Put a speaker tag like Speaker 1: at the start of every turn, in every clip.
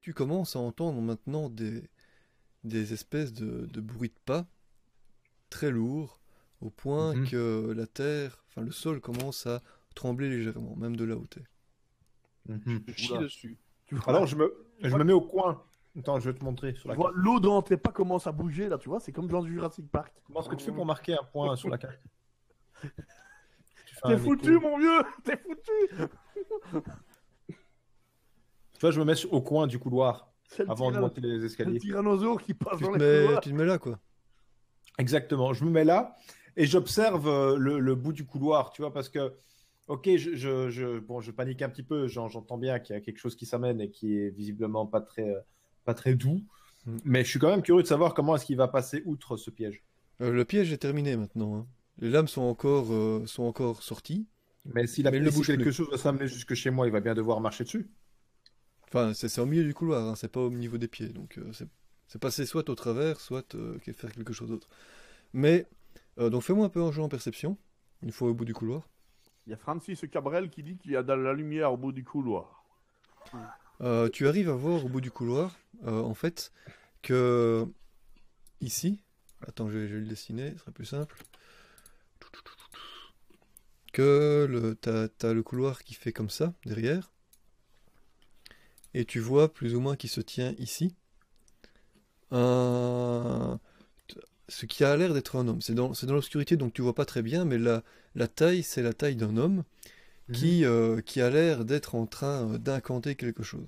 Speaker 1: tu commences à entendre maintenant des, des espèces de, de bruits de pas très lourds, au point
Speaker 2: Mhm.
Speaker 1: que la terre, enfin le sol commence à trembler légèrement, même de là où t'es.
Speaker 2: Mhm.
Speaker 3: Je chie
Speaker 4: Oula.
Speaker 3: dessus.
Speaker 4: Tu vois,
Speaker 2: Alors je me, je me mets au coin. Attends, je vais te montrer sur
Speaker 4: tu
Speaker 2: la
Speaker 4: vois,
Speaker 2: carte.
Speaker 4: l'eau dans tes pas commence à bouger là, tu vois, c'est comme dans Jurassic Park.
Speaker 2: Comment est-ce que tu fais pour marquer un point sur la carte Tu fais un
Speaker 4: T'es
Speaker 2: écho.
Speaker 4: foutu, mon vieux T'es foutu
Speaker 2: Tu vois, je me mets sur- au coin du couloir
Speaker 4: C'est le,
Speaker 2: avant de
Speaker 4: tyranno-
Speaker 2: monter les
Speaker 4: le
Speaker 2: escaliers.
Speaker 4: tyrannosaure qui passe
Speaker 1: Tu
Speaker 4: dans
Speaker 1: te,
Speaker 4: les
Speaker 1: mets,
Speaker 4: couloirs.
Speaker 1: tu te mets là quoi.
Speaker 2: Exactement. Je me mets là et j'observe euh, le, le bout du couloir, tu vois, parce que, ok, je, je, je- bon, je panique un petit peu. j'en- J'entends bien qu'il y a quelque chose qui s'amène et qui est visiblement pas très, euh, pas très doux.
Speaker 1: Mm.
Speaker 2: Mais je suis quand même curieux de savoir comment est-ce qu'il va passer outre ce piège.
Speaker 1: Euh, le piège est terminé maintenant. hein. Les lames sont encore, euh, sont encore sorties.
Speaker 2: Mais s'il a
Speaker 1: Mais il ne
Speaker 2: mais si
Speaker 1: bouge
Speaker 2: quelque
Speaker 1: plus.
Speaker 2: chose va s'amener jusque chez moi, il va bien devoir marcher dessus.
Speaker 1: Enfin, c'est c'est au milieu du couloir, hein, c'est pas au niveau des pieds. Donc, euh, c'est- c'est passer soit au travers, soit euh, que- faire quelque chose d'autre. Mais, euh, donc fais-moi un peu un jeu en perception, une fois au bout du couloir.
Speaker 4: Il y a Francis Cabrel qui dit qu'il y a de la lumière au bout du couloir.
Speaker 1: Euh, tu arrives à voir au bout du couloir, euh, en fait, que ici, attends, je vais, je vais le dessiner, ce serait plus simple. Que le, t'as, t'as le couloir qui fait comme ça, derrière, et tu vois plus ou moins qui se tient ici, un- ce qui a l'air d'être un homme. C'est dans, c'est dans l'obscurité, donc tu vois pas très bien, mais la, la taille, c'est la taille d'un homme qui, euh, qui a l'air d'être en train euh, d'incanter quelque chose.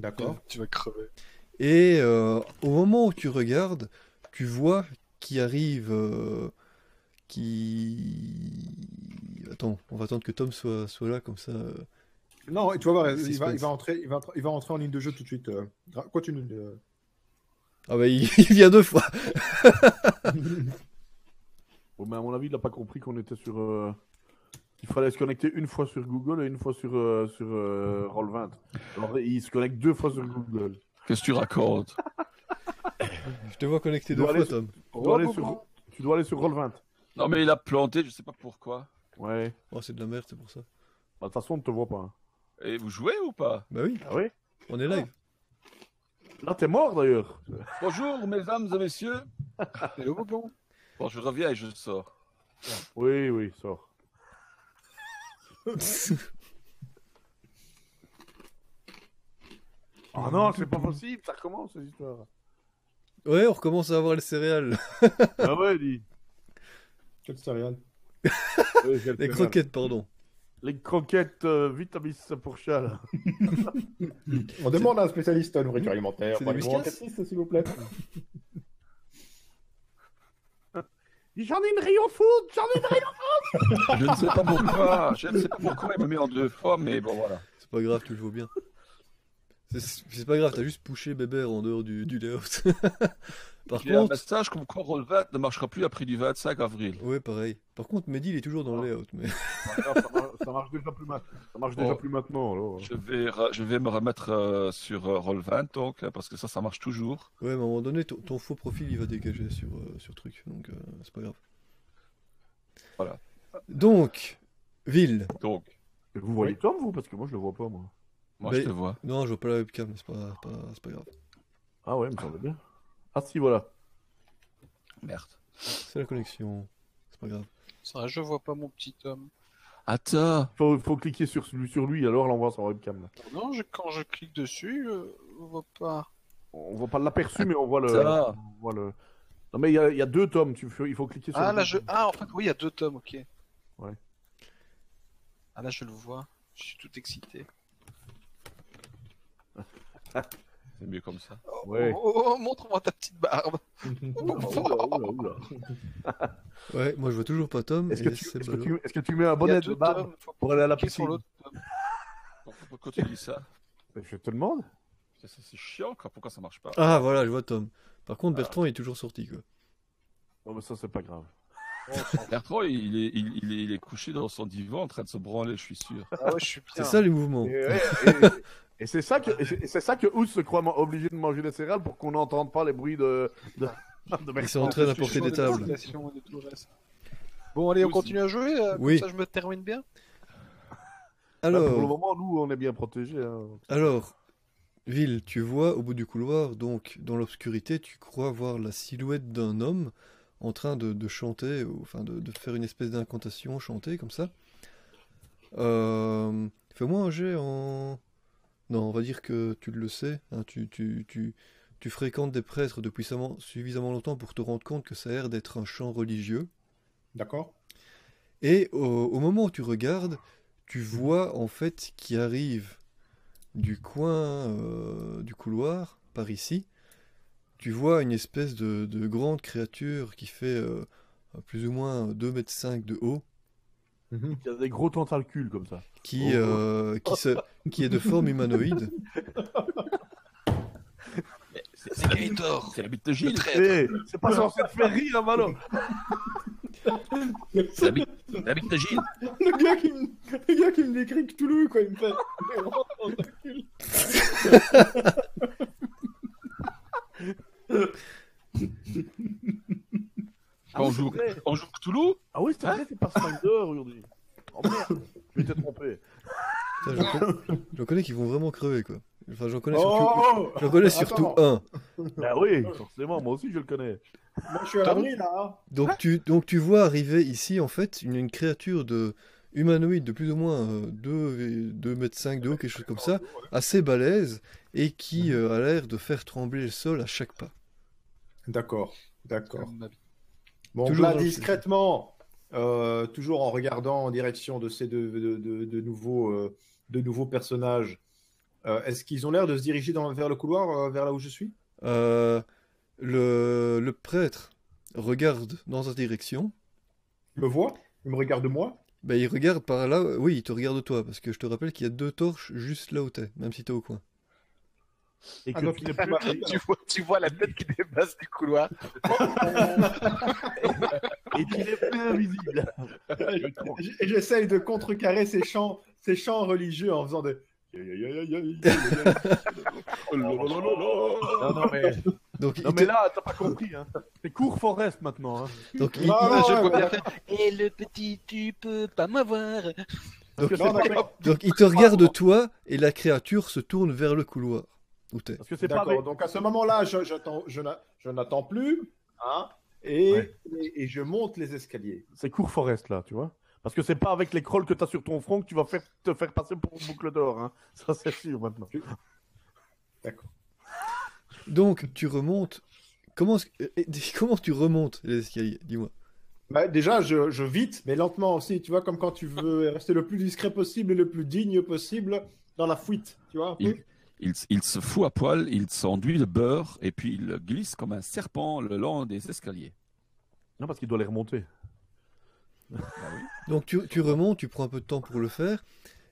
Speaker 2: D'accord.
Speaker 3: Tu vas crever.
Speaker 1: Et euh, au moment où tu regardes, tu vois qui arrive, euh, qui... Attends, on va attendre que Tom soit, soit là, comme ça... euh.
Speaker 2: Non, tu vas voir, il va,
Speaker 1: Suspense.
Speaker 2: il va entrer, il va, entrer- il va entrer en ligne de jeu tout de suite. euh. Ra- Continue. euh.
Speaker 1: Ah bah il, il vient deux fois
Speaker 4: Bon, mais à mon avis, il n'a pas compris qu'on était sur. euh, qu'il fallait se connecter une fois sur Google et une fois sur, euh, sur euh, Roll20. Alors, il se connecte deux fois sur Google.
Speaker 5: Qu'est-ce que tu racontes
Speaker 1: Je te vois connecté
Speaker 4: Tu
Speaker 1: deux
Speaker 4: dois
Speaker 1: fois,
Speaker 4: aller
Speaker 1: Tom.
Speaker 4: Tu dois, aller sur... tu dois aller sur Roll20.
Speaker 5: Non, mais il a planté, je sais pas pourquoi.
Speaker 4: Ouais.
Speaker 1: Oh, c'est de la merde, c'est pour ça.
Speaker 4: Bah, De toute façon, on ne te voit pas. hein.
Speaker 5: Et vous jouez ou pas
Speaker 1: Bah oui,
Speaker 4: Ah oui
Speaker 1: on est live.
Speaker 4: Là, t'es mort d'ailleurs.
Speaker 5: Bonjour, mesdames et messieurs. Hello, bonbon. Bon, je reviens et je sors.
Speaker 4: Oui, oui, sort.
Speaker 1: Ah.
Speaker 4: Oh non, c'est pas possible, ça recommence cette histoire.
Speaker 1: ouais, on recommence à avoir les céréales,
Speaker 4: Ah ouais, dis.
Speaker 2: Quel céréale
Speaker 4: Ouais, j'ai le
Speaker 1: les
Speaker 4: cœur.
Speaker 1: croquettes, pardon.
Speaker 4: Les croquettes euh, Vitamis pour chat, là.
Speaker 2: On demande à un spécialiste en nourriture alimentaire.
Speaker 1: C'est
Speaker 2: Bon,
Speaker 1: des
Speaker 2: allez, vous
Speaker 1: Whiskas
Speaker 2: rentrez, s'il vous plaît.
Speaker 4: J'en ai une rayon food, j'en ai une rayon.
Speaker 5: Je ne sais pas pourquoi. Je ne sais pas pourquoi il me met en deux fois, mais bon, voilà.
Speaker 1: C'est pas grave, tu le vaux bien. C'est- C'est pas grave, t'as juste poussé Bébert en dehors du, du layout. Par
Speaker 5: J'ai un
Speaker 1: contre...
Speaker 5: message comme quoi Roll20 ne marchera plus après du 25 avril.
Speaker 1: Ouais, pareil. Par contre, Mehdi, il est toujours dans le layout. Mais...
Speaker 4: Ah, ça, marche, ça marche déjà plus maintenant. Ça marche déjà
Speaker 5: Oh.
Speaker 4: plus maintenant, alors. hein.
Speaker 5: Je vais, ra- je vais me remettre euh, sur euh, Roll20, donc, hein, parce que ça, ça marche toujours.
Speaker 1: Ouais, mais à un moment donné, ton, ton faux profil, il va dégager sur, euh, sur truc. Donc, euh, c'est pas grave.
Speaker 5: Voilà.
Speaker 1: Donc, ville.
Speaker 5: Donc,
Speaker 4: Et Vous voyez Tom, vous Parce que moi, je le vois pas, moi.
Speaker 5: moi,
Speaker 1: Mais-
Speaker 5: je te vois.
Speaker 1: Non, je vois pas la webcam, mais c'est pas, pas- c'est pas grave.
Speaker 4: Ah ouais, il me semble bien. Ah si, voilà.
Speaker 5: Merde.
Speaker 1: C'est la connexion. C'est pas grave.
Speaker 3: Ça, je vois pas mon petit homme.
Speaker 5: Attends.
Speaker 4: Faut, faut cliquer sur, sur lui, alors là, on voit sa webcam. Là.
Speaker 3: Non, je- quand je clique dessus, euh, on voit pas.
Speaker 4: On voit pas l'aperçu, mais on voit le...
Speaker 5: Ça.
Speaker 4: on voit le... Non, mais il y, a- il y a deux tomes, tu, il faut cliquer sur
Speaker 3: Ah,
Speaker 4: le-
Speaker 3: là, je... Ah, en fait, oui, il y a deux tomes, ok.
Speaker 4: Ouais.
Speaker 3: Ah, là, je le vois. Je suis tout excité.
Speaker 5: C'est mieux comme ça.
Speaker 4: Ouais.
Speaker 3: Oh, oh, oh, montre-moi ta petite barbe.
Speaker 4: Oula, oula, oula, oula.
Speaker 1: Ouais, moi, je vois toujours pas Tom.
Speaker 4: Est-ce que,
Speaker 1: et
Speaker 4: tu-
Speaker 1: c'est
Speaker 4: est-ce que
Speaker 1: ballot.
Speaker 4: tu, est-ce que tu mets un
Speaker 3: Il y a
Speaker 4: bonnet de
Speaker 3: deux
Speaker 4: barbe
Speaker 3: tomes, faut
Speaker 4: pour aller à la
Speaker 3: cliquer sur
Speaker 4: piscine
Speaker 3: l'autre tome.
Speaker 5: Pourquoi tu dis ça
Speaker 4: Je te demande.
Speaker 5: Ça, C'est chiant, quoi. Pourquoi ça marche pas
Speaker 1: Ah, voilà, je vois Tom. Par contre, Bertrand, il est toujours sorti, quoi.
Speaker 4: Non, mais ça, c'est pas grave.
Speaker 5: Bertrand, il est, il, il est, il est couché dans son divan en train de se branler, je suis sûr.
Speaker 3: Ah ouais, je suis
Speaker 1: C'est
Speaker 3: bien.
Speaker 1: ça, les mouvements.
Speaker 4: Et, euh, ouais, et- et c'est ça que, et c'est- et c'est ça que Ous se croit ma- obligé de manger des céréales pour qu'on n'entende pas les bruits de. de... de
Speaker 1: Ils
Speaker 4: Bertrand.
Speaker 1: sont en train
Speaker 3: Je suis
Speaker 1: d'apporter
Speaker 3: chaud
Speaker 1: des
Speaker 3: de
Speaker 1: tables.
Speaker 3: l'excitation et de tout le reste. Bon, allez, on
Speaker 5: Aussi.
Speaker 3: continue à jouer. euh, comme
Speaker 1: Oui.
Speaker 3: ça, je me termine bien.
Speaker 4: Là, Pour le
Speaker 1: Alors,
Speaker 4: moment, nous, on est bien protégés. hein.
Speaker 1: alors, Ville, tu vois au bout du couloir, donc dans l'obscurité, tu crois voir la silhouette d'un homme en train de, de chanter, ou, enfin de, de faire une espèce d'incantation, chanter comme ça. Euh, Fais-moi un jet en... Non, on va dire que tu le sais, hein, tu, tu, tu, tu fréquentes des prêtres depuis suffisamment- suffisamment longtemps pour te rendre compte que ça a l'air d'être un chant religieux.
Speaker 2: D'accord
Speaker 1: Et au, au moment où tu regardes, tu vois en fait qui arrive du coin euh, du couloir, par ici. Tu vois une espèce de, de grande créature qui fait euh, plus ou moins 2,5 m de haut,
Speaker 4: Il y a des gros tentacules comme ça.
Speaker 1: qui,
Speaker 4: Oh.
Speaker 1: euh, qui, se, qui est de forme humanoïde.
Speaker 3: Mais C'est c'est Gator
Speaker 5: C'est la bite de
Speaker 4: Eh,
Speaker 5: Gilles.
Speaker 4: c'est pas censé te faire rire, hein, Malo.
Speaker 5: C'est la bite, la bite de Gilles.
Speaker 4: Ah,
Speaker 2: le, gars qui me... le gars qui me décrit Cthulhu, quoi, il me fait. Mais vraiment, tentacule.
Speaker 4: oui,
Speaker 5: on, joue,
Speaker 4: c'est vrai.
Speaker 5: on joue Cthulhu
Speaker 4: Ah oui, c'est vrai, c'est pas Snyder aujourd'hui. Oh merde, je m'étais trompé.
Speaker 1: Putain, J'en connais- j'en connais qui vont vraiment crever, quoi. Enfin, j'en connais, surtout-
Speaker 2: Oh
Speaker 1: j'en connais surtout un.
Speaker 2: Attends.
Speaker 4: Ah oui, forcément, moi aussi je le
Speaker 2: oh,
Speaker 4: connais.
Speaker 2: Moi, je suis à l'abri, là. hein.
Speaker 1: Donc tu, donc tu vois arriver ici en fait une, une créature de humanoïde de plus ou moins euh, 2, 2 mètres 5 de haut, quelque chose comme ça, assez balèze et
Speaker 4: Mhm.
Speaker 1: qui euh, a l'air de faire trembler le sol à chaque pas.
Speaker 2: D'accord, d'accord.
Speaker 3: Comme ma bite.
Speaker 2: Bon,
Speaker 1: Toujours
Speaker 2: là,
Speaker 1: dans le
Speaker 2: discrètement, euh, toujours en regardant en direction de ces deux, de, de- de nouveaux, euh, de nouveaux personnages, euh, est-ce qu'ils ont l'air de se diriger dans- vers le couloir, euh, vers là où je suis
Speaker 1: Euh, le, le prêtre regarde dans sa direction,
Speaker 2: Ils me voient Ils me regardent moi
Speaker 1: ben, il regarde par là, oui il te regarde toi parce que je te rappelle qu'il y a deux torches juste là où t'es, même si t'es au coin.
Speaker 4: Et
Speaker 2: Ah,
Speaker 4: que
Speaker 2: donc,
Speaker 4: tu
Speaker 2: il
Speaker 4: n'es
Speaker 2: fait
Speaker 4: plus.
Speaker 2: pas-
Speaker 4: et-
Speaker 5: tu vois, tu vois la tête qui dépasse du couloir.
Speaker 4: Et tu n'es plus invisible.
Speaker 2: J- J'essaye de contrecarrer ces chants, ces chants religieux en faisant des...
Speaker 4: Non, non, mais,
Speaker 1: Donc,
Speaker 4: non,
Speaker 1: il
Speaker 4: mais
Speaker 1: te-
Speaker 4: là, t'as pas compris. Hein. C'est court forest maintenant. Hein.
Speaker 1: donc, il-
Speaker 2: Ah,
Speaker 5: Ah,
Speaker 2: ouais,
Speaker 5: je
Speaker 2: ouais,
Speaker 5: crois bien
Speaker 2: ouais.
Speaker 5: faire. Et le petit, tu peux pas m'avoir.
Speaker 4: Parce, que
Speaker 2: Non,
Speaker 4: c'est pas,
Speaker 2: d'accord,
Speaker 1: donc, il te regarde toi et la créature se tourne vers le couloir où t'es.
Speaker 4: parce que c'est pas
Speaker 2: d'accord. donc à ce moment-là, je, j'attends- je n'a- je n'attends plus, hein, et,
Speaker 4: Ouais.
Speaker 2: et- et je monte les escaliers.
Speaker 4: c'est court forest là, tu vois. Parce que c'est pas avec les crolls que t'as sur ton front que tu vas faire, te faire passer pour une boucle d'or. Hein. Ça, c'est sûr maintenant.
Speaker 1: Donc, tu remontes. Comment, est-ce que- et- et- comment tu remontes les escaliers Dis-moi.
Speaker 2: Bah, déjà, je, je vite, mais lentement aussi, tu vois, comme quand tu veux rester le plus discret possible et le plus digne possible dans la fuite, tu vois. un peu.
Speaker 5: Il- Il, s- il se fout à poil, il s'enduit de beurre et puis il glisse comme un serpent le long des escaliers.
Speaker 4: Non, parce qu'il doit les remonter.
Speaker 1: Donc, tu, tu remontes, tu prends un peu de temps pour le faire.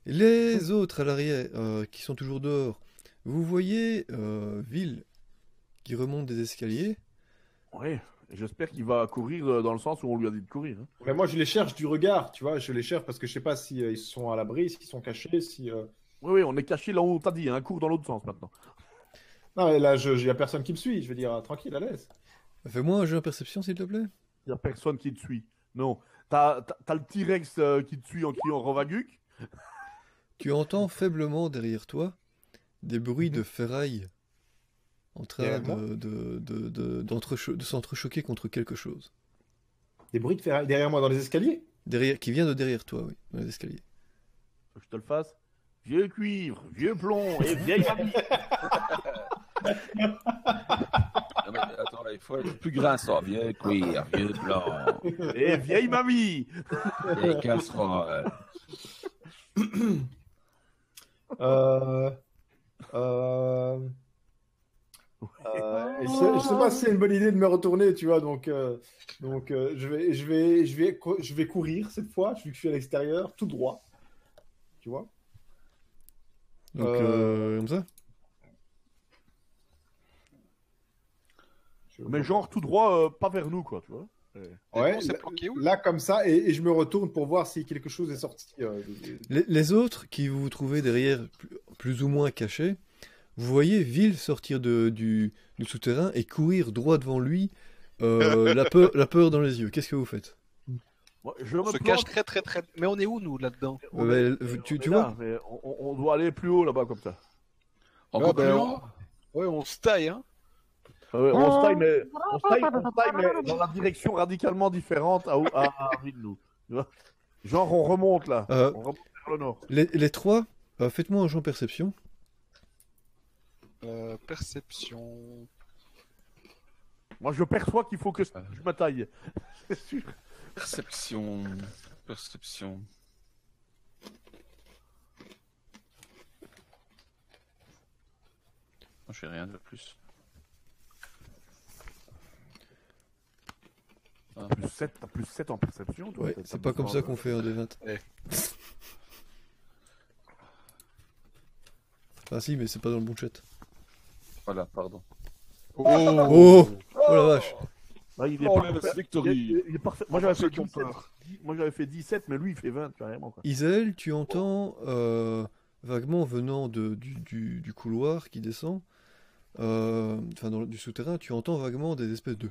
Speaker 1: Les autres à l'arrière, euh, qui sont toujours dehors, vous voyez euh, Ville qui remonte des escaliers.
Speaker 4: Ouais. Et J'espère qu'il va courir euh, dans le sens où on lui a dit de courir. hein.
Speaker 2: Mais moi, je les cherche du regard, tu vois, je les cherche parce que je sais pas si euh, ils sont à l'abri, s'ils sont cachés, si. euh,
Speaker 4: Oui, oui, on est caché là où on t'a dit. Hein. Cours dans l'autre sens maintenant.
Speaker 2: Non, mais là, je- il y a personne qui me suit, je veux dire, euh, tranquille, à l'aise.
Speaker 1: Fais-moi un jeu en perception, s'il te plaît.
Speaker 4: Il n'y a personne qui te suit. Non. T'as t'as- t'as le T-Rex euh, qui te suit en criant Rovaguc.
Speaker 1: Tu entends faiblement derrière toi des bruits de ferraille en train
Speaker 2: Derrière moi
Speaker 1: de, de, de- de- d'entrecho- de s'entrechoquer contre quelque chose.
Speaker 2: Des bruits de ferraille derrière moi dans les escaliers
Speaker 1: Derrière, qui vient de derrière toi, oui, dans les escaliers.
Speaker 4: Faut que je te le fasse. Vieux cuivre, vieux plomb et vieille famille.
Speaker 5: Non, mais attends, là, il faut être plus grince. Oh, vieux cuir, vieux blanc,
Speaker 4: Et vieille mamie.
Speaker 5: vieille casserole.
Speaker 2: Euh. Euh. euh, et je, sais, je sais pas si c'est une bonne idée de me retourner, tu vois. Donc, euh, donc euh, je, vais, je, vais, je, vais, cou- je vais courir cette fois, vu que je suis à l'extérieur, tout droit. Tu vois
Speaker 1: Donc, euh,
Speaker 2: Euh,
Speaker 1: comme ça
Speaker 2: Je-
Speaker 4: Mais genre tout droit, euh, pas vers nous, quoi, tu vois.
Speaker 2: ouais,
Speaker 3: s'est
Speaker 2: là,
Speaker 3: planqué où
Speaker 2: là, comme ça, et, et je me retourne pour voir si quelque chose est sorti. euh, de- de-
Speaker 1: Les, les autres, qui vous vous trouvez derrière, plus, plus ou moins cachés, vous voyez Ville sortir de, du, du souterrain et courir droit devant lui, euh, la, peur, la peur dans les yeux. Qu'est-ce que vous faites
Speaker 4: Moi, je
Speaker 3: On
Speaker 4: me
Speaker 3: se
Speaker 4: plante,
Speaker 3: cache très très très. Mais on est où nous là-dedans
Speaker 4: on
Speaker 1: Euh,
Speaker 4: est-
Speaker 1: bah,
Speaker 4: on
Speaker 1: Tu,
Speaker 4: est
Speaker 1: tu
Speaker 4: là,
Speaker 1: vois
Speaker 4: mais on, on- on doit aller plus haut là-bas, comme ça.
Speaker 5: En
Speaker 3: Ah,
Speaker 5: concluant,
Speaker 3: Ouais, on se taille, hein.
Speaker 4: Ah ouais, on se taille, mais, on se taille- on se taille, mais dans la direction radicalement différente à, à, à Ridlou. Tu vois Genre, on remonte là.
Speaker 1: Euh,
Speaker 4: On remonte vers le nord.
Speaker 1: Les, les trois, euh, faites-moi un jeu en perception.
Speaker 3: Euh, perception.
Speaker 4: Moi, je perçois qu'il faut que je me taille. C'est sûr.
Speaker 5: perception. Perception. Moi, j'ai rien de plus.
Speaker 4: T'as plus 7, t'as plus 7 en perception, toi.
Speaker 1: Ouais,
Speaker 4: T'as-
Speaker 1: c'est
Speaker 4: t'as
Speaker 1: pas comme ça
Speaker 4: besoin
Speaker 1: qu'on fait un des 20.
Speaker 3: Ouais.
Speaker 1: Ah si, mais c'est pas dans le bon chat.
Speaker 5: Voilà, pardon.
Speaker 1: Oh, oh la vache.
Speaker 4: de- Ouais, Ah, il est
Speaker 5: Oh,
Speaker 4: pas-
Speaker 5: la
Speaker 4: il est- il
Speaker 5: victory
Speaker 4: est- il est parfait. Moi, j'avais fait
Speaker 3: Ceux qui ont
Speaker 4: 17. Moi, j'avais fait 17, mais lui, il fait 20, carrément. Quoi.
Speaker 1: Isaël, tu entends euh, vaguement venant de, du, du- du couloir qui descend, euh, enfin dans le- du souterrain, tu entends vaguement des espèces de...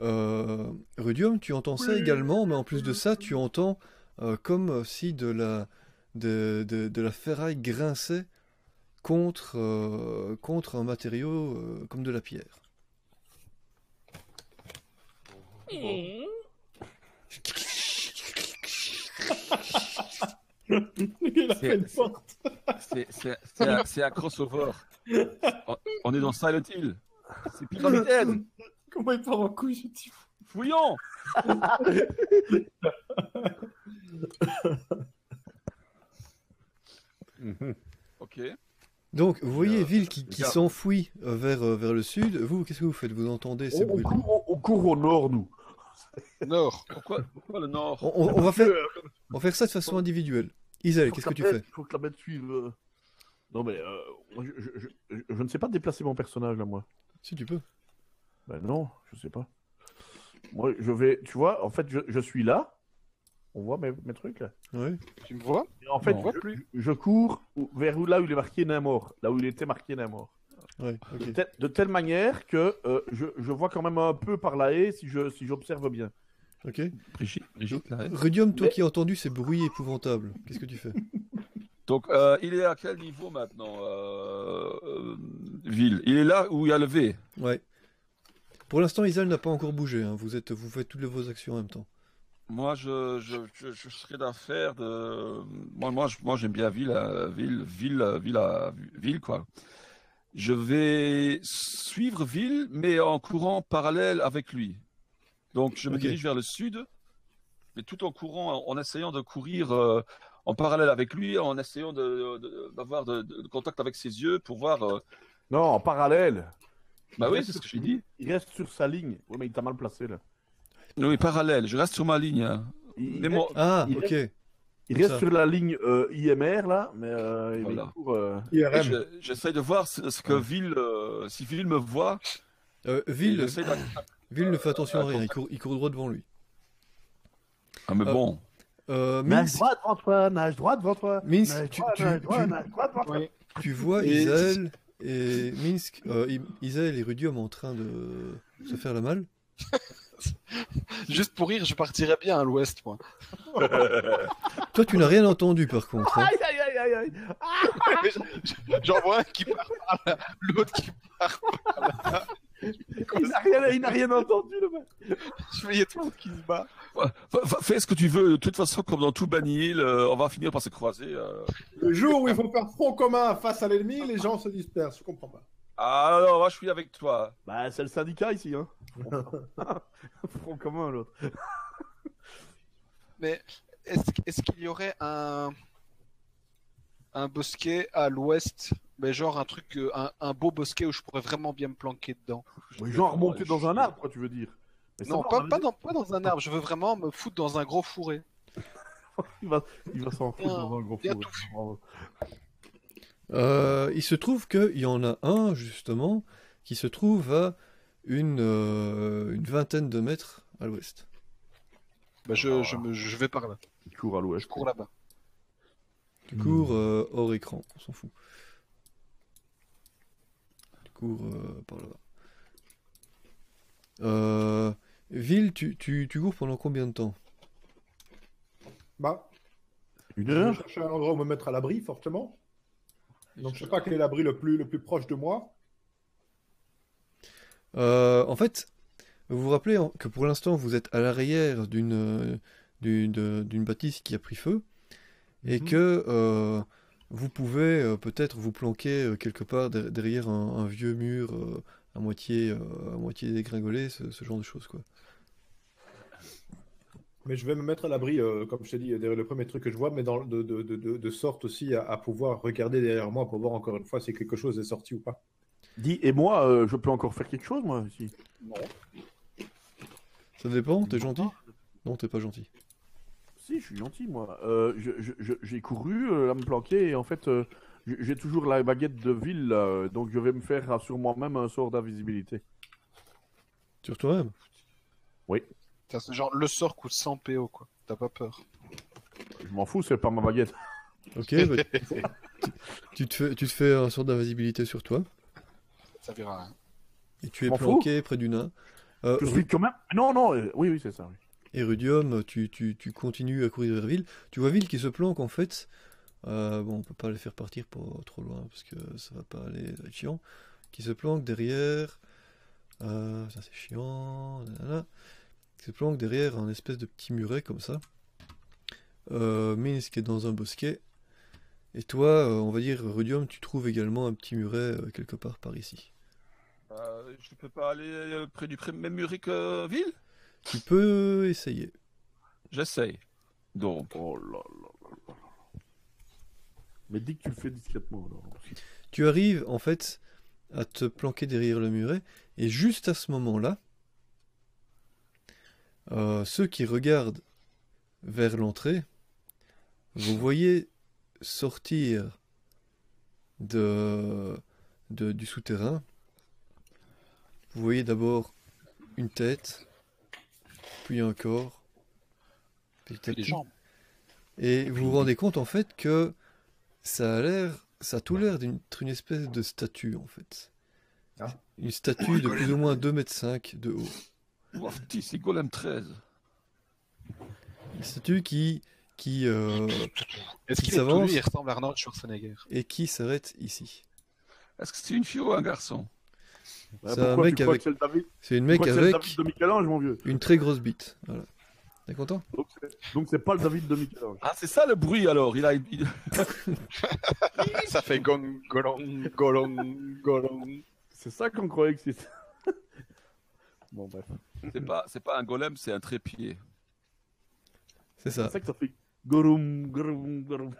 Speaker 1: Euh, Rudium, tu entends ça également, mais en plus de ça, tu entends euh, comme si de la, de, de- de la ferraille grinçait contre, euh, contre un matériau euh, comme de la pierre.
Speaker 2: Il a fait une porte.
Speaker 5: C'est- C'est c'est un, c'est un crossover. On- On est dans Silent Hill. C'est pire dans les têtes.
Speaker 2: Comment il part en couille, je dis.
Speaker 5: Fouillons Ok.
Speaker 1: Donc, vous voyez
Speaker 5: Euh,
Speaker 1: Ville qui, qui
Speaker 5: regarde.
Speaker 1: s'enfuit euh, vers, euh, vers le sud. Vous, qu'est-ce que vous faites Vous entendez ces
Speaker 4: On, Oh, on
Speaker 1: bruits
Speaker 4: court, au- on court au nord, nous.
Speaker 3: Nord.
Speaker 5: Pourquoi, pourquoi le Nord
Speaker 1: on, on- on va faire, on va faire ça de façon individuelle. Isel,
Speaker 4: euh, Faut
Speaker 1: qu'est-ce que
Speaker 4: la
Speaker 1: tu
Speaker 4: bête-
Speaker 1: fais
Speaker 4: Faut que la bête suive. euh. Non, mais euh, moi, je, je- je- je- je ne sais pas déplacer mon personnage, là, moi.
Speaker 1: Si tu peux.
Speaker 4: Ben non, je sais pas. Moi, je vais... Tu vois, en fait, je, je suis là. On voit mes, mes trucs, là.
Speaker 1: Ouais.
Speaker 3: Tu me vois
Speaker 4: Et en fait,
Speaker 5: Non.
Speaker 3: Je vois
Speaker 4: je,
Speaker 3: plus.
Speaker 4: je cours où- vers où, là où il est marqué Namor. Là où il était marqué Namor.
Speaker 1: Ouais, ok.
Speaker 4: De telle- De telle manière que euh, je, je vois quand même un peu par la haie si je si j'observe bien.
Speaker 1: ok.
Speaker 5: Brigitte, Brigitte là, hein.
Speaker 1: Rudium, toi
Speaker 4: Ben, Mais-
Speaker 1: qui as entendu ces bruits épouvantables, qu'est-ce que tu fais
Speaker 5: Donc, euh, il est à quel niveau maintenant, euh, euh, Ville Il est là où il y a le V.
Speaker 1: Ouais. Pour l'instant, Isel n'a pas encore bougé. hein. Vous, êtes, vous faites toutes les- vos actions en même temps.
Speaker 5: Moi, je, je, je, je serais d'affaire de. Moi, moi, je- moi j'aime bien Ville, euh, Ville, Ville, euh, Ville, euh, Ville, quoi. Je vais suivre Ville, mais en courant parallèle avec lui. Donc, je me
Speaker 1: Ok.
Speaker 5: dirige vers le sud, mais tout en courant, en, en essayant de courir euh, en parallèle avec lui, en essayant de- de- d'avoir de, de- de contact avec ses yeux pour voir. euh,
Speaker 4: Non, en parallèle.
Speaker 5: Bah oui, c'est ce que j'ai dit.
Speaker 4: Il reste sur sa ligne. Oui, mais il t'a mal placé là.
Speaker 5: Oui, parallèle. Je reste sur ma ligne. hein.
Speaker 4: Il,
Speaker 5: Mais moi-
Speaker 1: Ah,
Speaker 4: Il-
Speaker 1: ok.
Speaker 4: il
Speaker 1: comme
Speaker 4: reste
Speaker 1: ça.
Speaker 4: sur la ligne euh, IMR là, mais euh, il-
Speaker 5: Voilà.
Speaker 4: il court, euh,
Speaker 5: Et
Speaker 2: IRM.
Speaker 5: je- J'essaie de voir ce, ce que Ville, euh, si Ville me voit.
Speaker 1: Euh,
Speaker 5: et
Speaker 1: Ville,
Speaker 5: j'essaie d'ac-
Speaker 1: Ville ne fait attention à
Speaker 5: attends.
Speaker 1: rien. Il court, il court droit devant lui.
Speaker 5: Ah, mais
Speaker 1: Euh,
Speaker 5: bon.
Speaker 1: Euh,
Speaker 4: Nage
Speaker 1: Mins,
Speaker 4: droit devant toi, nage droit devant toi.
Speaker 1: Mins,
Speaker 4: Nage
Speaker 1: tu,
Speaker 4: droit,
Speaker 1: tu-
Speaker 4: nage droit,
Speaker 1: tu-
Speaker 4: nage droit devant toi.
Speaker 2: Oui.
Speaker 1: tu vois
Speaker 3: Et-
Speaker 1: Isel et Minsk, euh, I- Isel et Rudium en train de se faire la malle.
Speaker 3: Juste pour rire, je partirais bien à l'ouest, moi.
Speaker 1: Toi, tu n'as rien entendu par contre. hein.
Speaker 4: Aïe aïe aïe aïe aïe.
Speaker 3: J'en vois un qui part par là, l'autre qui part par là.
Speaker 4: Il n'a rien, il n'a rien entendu le mec.
Speaker 3: Je voyais tout le monde qui se bat.
Speaker 5: Fa- fa- Fais ce que tu veux. De toute façon, comme dans tout Banny Hill, euh, on va finir par se croiser. euh.
Speaker 2: Le jour où ils vont faire front commun face à l'ennemi, les gens se dispersent. Je comprends pas.
Speaker 5: Ah non, moi je suis avec toi.
Speaker 4: Bah c'est le syndicat ici hein. Front commun l'autre.
Speaker 3: Mais est-ce est-ce qu'il y aurait un, un bosquet à l'ouest mais genre un truc, euh, un, un beau bosquet où je pourrais vraiment bien me planquer dedans.
Speaker 4: Oui, genre remonter dans un arbre, quoi, tu veux dire Mais ça
Speaker 3: non,
Speaker 4: va,
Speaker 3: pas,
Speaker 4: on a-
Speaker 3: pas dans, pas dans un arbre, je veux vraiment me foutre dans un gros fourré.
Speaker 4: Il va, il va s'en foutre
Speaker 3: Bien,
Speaker 4: dans un gros
Speaker 3: bien
Speaker 4: four. Bravo.
Speaker 1: Euh, il se trouve qu'il y en a un, justement, qui se trouve à une, euh, une vingtaine de mètres à l'ouest.
Speaker 3: Bah je, je, me- je vais par là,
Speaker 4: Il court à
Speaker 3: je
Speaker 4: l'ouest.
Speaker 3: cours là-bas.
Speaker 1: Tu cours euh, hors écran, on s'en fout. Tu cours euh, par là-bas. Euh, Ville, tu, tu, tu cours pendant combien de temps
Speaker 2: Bah,
Speaker 4: Une
Speaker 2: Je vais
Speaker 4: heure
Speaker 2: chercher un endroit où me mettre à l'abri, fortement. Donc je sais pas quel est l'abri le plus, le plus proche de moi.
Speaker 1: Euh, en fait, vous vous rappelez hein, que pour l'instant, vous êtes à l'arrière d'une euh, d'une de- d'une bâtisse qui a pris feu et
Speaker 2: Mhm.
Speaker 1: que euh, vous pouvez euh, peut-être vous planquer euh, quelque part der- derrière un, un vieux mur euh, à moitié euh, à moitié dégringolé, ce, ce genre de choses quoi.
Speaker 2: Mais je vais me mettre à l'abri, euh, comme je t'ai dit, derrière le premier truc que je vois, mais dans, de, de, de, de- de sorte aussi à, à pouvoir regarder derrière moi pour voir encore une fois si quelque chose est sorti ou pas.
Speaker 4: Dis, et moi, euh, je peux encore faire quelque chose, moi, ici
Speaker 1: Ça dépend, t'es gentil? Non, t'es pas gentil.
Speaker 4: Si, je suis gentil, moi. Euh, je- je- je- j'ai couru euh, à me planquer et en fait, euh, j- j'ai toujours la baguette de ville, là, euh, donc je vais me faire euh, sur moi-même un sort d'invisibilité.
Speaker 1: Sur toi-même?
Speaker 3: T'as ce genre le sort coûte 100 PO quoi. T'as pas peur.
Speaker 4: Je m'en fous, c'est pas ma baguette.
Speaker 1: Ok, bah, tu- tu, te fais, tu te fais un sort d'invisibilité sur toi
Speaker 3: Ça verra hein. rien.
Speaker 1: et tu es
Speaker 4: Je m'en fous.
Speaker 1: planqué près du nain. Euh,
Speaker 4: Je suis quand même. Non, non, euh, oui, oui, c'est ça. oui.
Speaker 1: Erudium, tu, tu, tu continues à courir vers Ville. Tu vois Ville qui se planque en fait. Euh, bon, on peut pas les faire partir pour trop loin parce que ça va pas aller ça va être chiant. Qui se planque derrière. Euh, ça c'est chiant. nanana. Qui se planque derrière un espèce de petit muret comme ça. Euh, mais ce qui est dans un bosquet. Et toi, euh, on va dire, Erudium, tu trouves également un petit muret euh, quelque part par ici.
Speaker 5: Euh, je peux pas aller euh, près du pré- même muret que Ville
Speaker 1: Tu peux essayer.
Speaker 5: J'essaye. Donc,
Speaker 4: Oh là là là là là. Mais dis que tu le fais discrètement, alors.
Speaker 1: Tu arrives en fait à te planquer derrière le muret, et juste à ce moment-là, euh, ceux qui regardent vers l'entrée, vous voyez sortir de, de- du souterrain. Vous voyez d'abord une tête, puis un corps, petit à
Speaker 3: Les
Speaker 1: petit.
Speaker 3: jambes.
Speaker 1: Et vous vous rendez compte en fait que ça a l'air, ça a tout l'air d'une être une espèce de statue en fait.
Speaker 2: Ah.
Speaker 1: Une statue de plus ou moins 2,5 m de haut.
Speaker 5: Ouah, petit, c'est Golem 13.
Speaker 1: Une statue qui, qui, euh,
Speaker 3: Est-ce
Speaker 1: Qui
Speaker 3: qu'il est tout
Speaker 1: s'avance
Speaker 3: nu et ressemble à Arnold Schwarzenegger
Speaker 1: et qui s'arrête ici.
Speaker 5: Est-ce que c'est une fille ou un garçon
Speaker 4: Ouais,
Speaker 1: C'est un
Speaker 4: pourquoi
Speaker 1: mec
Speaker 4: tu crois
Speaker 1: avec-
Speaker 4: que c'est le David,
Speaker 1: C'est une
Speaker 4: tu
Speaker 1: mec
Speaker 4: crois que c'est le
Speaker 1: avec
Speaker 4: David de Michel-Ange, mon vieux.
Speaker 1: une très grosse bite. Voilà. T'es content
Speaker 4: Donc, c'est- Donc c'est pas le David de Michel-Ange.
Speaker 5: Ah, c'est ça le bruit alors. Il a. il-
Speaker 3: Ça fait gong, golong, golong, golong.
Speaker 4: C'est ça qu'on croyait que c'était. bon, bref.
Speaker 5: C'est pas, c'est pas un golem, c'est un trépied.
Speaker 1: C'est ça.
Speaker 4: C'est ça que ça fait. Gorum, gorum, gorum.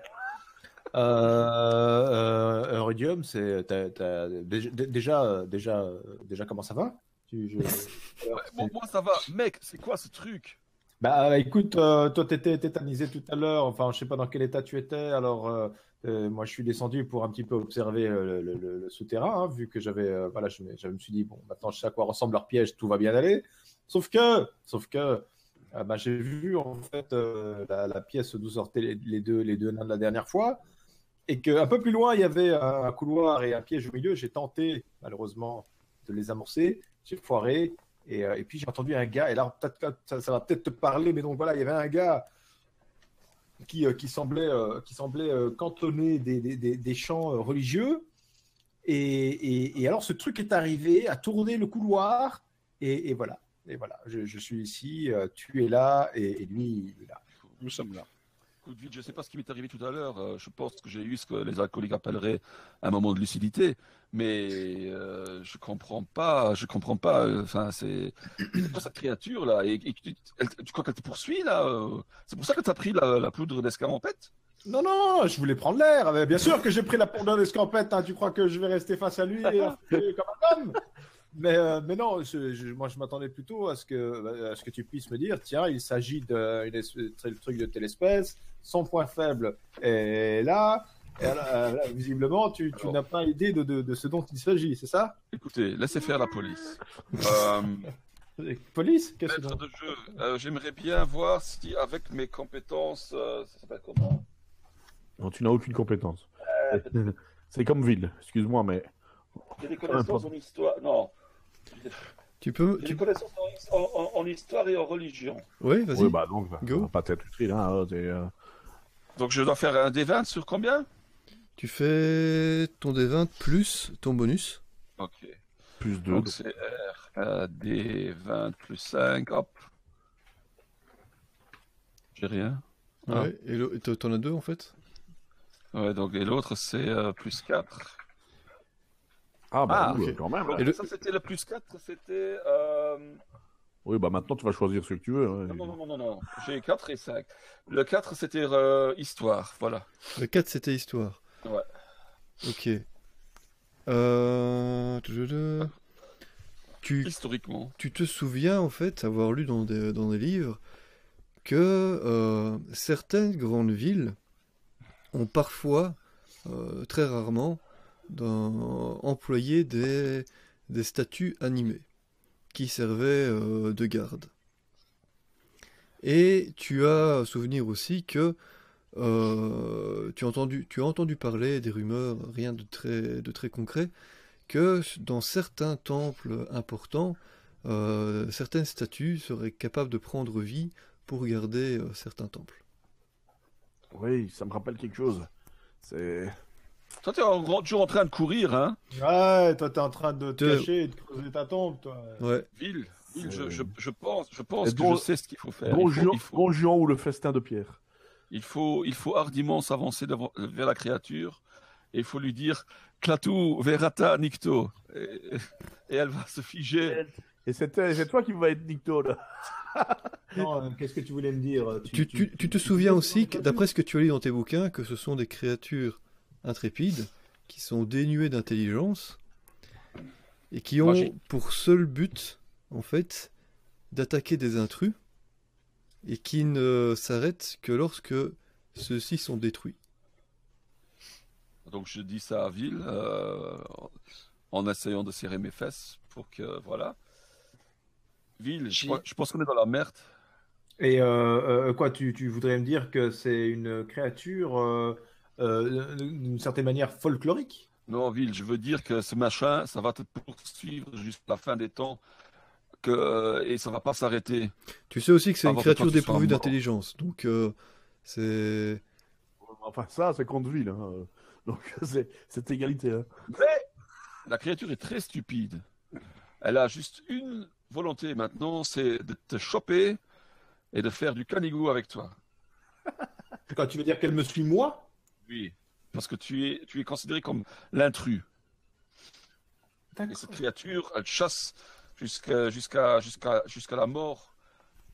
Speaker 2: Euh, euh, Euridium, c'est t'as- t'as- déjà, déjà, déjà, déjà, comment ça va Tu- je-
Speaker 5: Bon, moi ça va. Mec, c'est quoi ce truc
Speaker 2: Bah écoute, euh, toi t'étais tétanisé tout à l'heure, enfin je sais pas dans quel état tu étais, alors euh, euh, moi je suis descendu pour un petit peu observer euh, le, le- le souterrain, hein, vu que j'avais, euh, voilà, je, me- je me suis dit, bon maintenant je sais à quoi ressemble leur piège, tout va bien aller, sauf que, sauf que, euh, bah, j'ai vu en fait euh, la, la pièce d'où sortaient les, les deux, les deux nains de la dernière fois, et que un peu plus loin il y avait un, un couloir et un piège au milieu, j'ai tenté malheureusement de les amorcer, j'ai foiré, et, euh, et puis j'ai entendu un gars, et là peut-être que ça, ça va peut-être te parler, mais donc voilà, il y avait un gars qui, euh, qui semblait, euh, qui semblait euh, cantonner des, des, des- des chants euh, religieux. Et, et- et alors ce truc est arrivé, a tourné le couloir, et, et voilà. Et voilà, je, je suis ici, euh, tu es là, et, et lui, il est là.
Speaker 3: Nous sommes là.
Speaker 5: Écoute, Ville, je sais pas ce qui m'est arrivé tout à l'heure. euh, je pense que j'ai eu ce que les alcooliques appelleraient un moment de lucidité, mais euh, je comprends pas. Je comprends pas. euh, Enfin, c'est c'est quoi cette créature là Et, et tu, elle- tu crois qu'elle te poursuit là euh C'est pour ça que t'as pris la, la poudre d'escampette
Speaker 2: Non, non, je voulais prendre l'air. mais Bien sûr que j'ai pris la pendule d'escampette. hein. Tu crois que je vais rester face à lui et à flipper comme un homme mais, euh, mais non, je- je- moi je m'attendais plutôt à ce, que, euh, à ce que tu puisses me dire tiens, il s'agit d'un truc de telle espèce, son point faible est là. Et là, là, visiblement, tu, tu
Speaker 5: Alors.
Speaker 2: n'as pas idée de, de- de ce dont il s'agit, c'est ça
Speaker 5: Écoutez, laissez faire la police. Euh,
Speaker 2: Police Qu'est-ce que
Speaker 5: Maître de jeu, euh, j'aimerais bien voir si avec mes compétences, euh, ça s'appelle comment
Speaker 4: Non, tu n'as aucune compétence. Euh, C'est comme ville, excuse-moi, mais.
Speaker 5: J'ai des
Speaker 4: connaissances
Speaker 5: en histoire, non,
Speaker 1: Tu peux. Tu...
Speaker 5: connaissances en, histoire et en religion.
Speaker 1: Ouais, vas-y.
Speaker 4: Ouais, bah donc, va-
Speaker 1: Go.
Speaker 4: va pas t'être utile, hein. euh, t'es, euh,
Speaker 5: Donc je dois faire un D20 sur combien
Speaker 1: Tu fais ton D20 plus ton bonus.
Speaker 5: Ok.
Speaker 4: Plus de.
Speaker 5: Donc c'est R, euh, D20 plus 5, hop. J'ai rien. Ah.
Speaker 1: Ouais, et le- et t'en- t'en as deux en fait
Speaker 5: Ouais, donc et l'autre c'est euh, plus 4.
Speaker 4: Ah, bah
Speaker 5: Ah,
Speaker 4: oui,
Speaker 1: ok.
Speaker 4: quand même. hein.
Speaker 1: Et le-
Speaker 5: Ça c'était le plus 4, c'était... euh,
Speaker 4: Oui, bah maintenant, tu vas choisir ce que tu veux. hein.
Speaker 5: Non, non, non, non, non, non. J'ai 4 et 5. Le 4 c'était euh, histoire, voilà.
Speaker 1: Le 4 c'était histoire.
Speaker 5: Ouais.
Speaker 1: Ok. Euh... tududu. Tu,
Speaker 5: Historiquement.
Speaker 1: tu te souviens en fait avoir lu dans des, dans des livres que euh, certaines grandes villes ont parfois, euh, très rarement, d'un- employé des, des statues animées qui servaient euh, de garde. Et tu as souvenir aussi que euh, tu, as entendu, tu as entendu parler des rumeurs, rien de très, de très concret, que dans certains temples importants, euh, certaines statues seraient capables de prendre vie pour garder euh, certains temples.
Speaker 4: Oui, ça me rappelle quelque chose.
Speaker 5: Euh,
Speaker 4: C'est.
Speaker 5: Toi t'es en grand- toujours en train de courir, hein
Speaker 2: Ouais, toi, t'es en train de te
Speaker 1: De-
Speaker 2: cacher et de creuser ta tombe, toi.
Speaker 5: Euh,
Speaker 1: Ouais,
Speaker 5: Ville, ville,
Speaker 4: C'est-
Speaker 5: je, je, je pense, je pense
Speaker 4: Et
Speaker 5: que
Speaker 4: bon-
Speaker 5: je sais ce qu'il faut faire. Il faut-
Speaker 4: Gonjian
Speaker 5: il faut-
Speaker 4: Gonjian ou le festin de pierre.
Speaker 5: Il faut, il faut hardiment s'avancer devant- vers la créature et il faut lui dire Clatou, Verata, Nicto. Et, et elle va se figer.
Speaker 4: Et c'était- c'est toi qui vas être Nicto, là.
Speaker 2: Non, euh, qu'est-ce que tu voulais me dire
Speaker 1: tu, tu- tu te souviens aussi, que, d'après ce que tu as lu dans tes bouquins, que ce sont des créatures intrépides qui sont dénuées d'intelligence et qui ont
Speaker 5: Moi, j'ai-
Speaker 1: pour seul but, en fait, d'attaquer des intrus et qui ne s'arrêtent que lorsque ceux-ci sont détruits.
Speaker 5: Donc je dis ça à Ville euh, en essayant de serrer mes fesses pour que. Voilà. Ville, je,
Speaker 3: J'ai-
Speaker 5: crois- je pense qu'on est dans la merde.
Speaker 2: Et euh, euh, quoi, tu, tu voudrais me dire que c'est une créature euh, euh, d'une certaine manière folklorique
Speaker 5: Non, Ville, je veux dire que ce machin, ça va te poursuivre jusqu'à la fin des temps que, euh, et ça va pas s'arrêter.
Speaker 1: Tu sais aussi que c'est une
Speaker 5: Avant que Ah, bah,
Speaker 1: créature
Speaker 5: toi, tu sois
Speaker 1: dépourvue
Speaker 5: mort.
Speaker 1: d'intelligence, donc euh, c'est...
Speaker 4: Enfin, ça, c'est Condeville. Hein. Donc, c'est c'est égalité. Hein.
Speaker 5: La créature est très stupide. Elle a juste une volonté maintenant, c'est de te choper et de faire du canigou avec toi.
Speaker 2: Quand tu veux dire qu'elle me suit moi
Speaker 5: Oui. Parce que tu es, tu es considéré comme l'intrus. Et cette créature, elle chasse jusqu'à jusqu'à jusqu'à jusqu'à la mort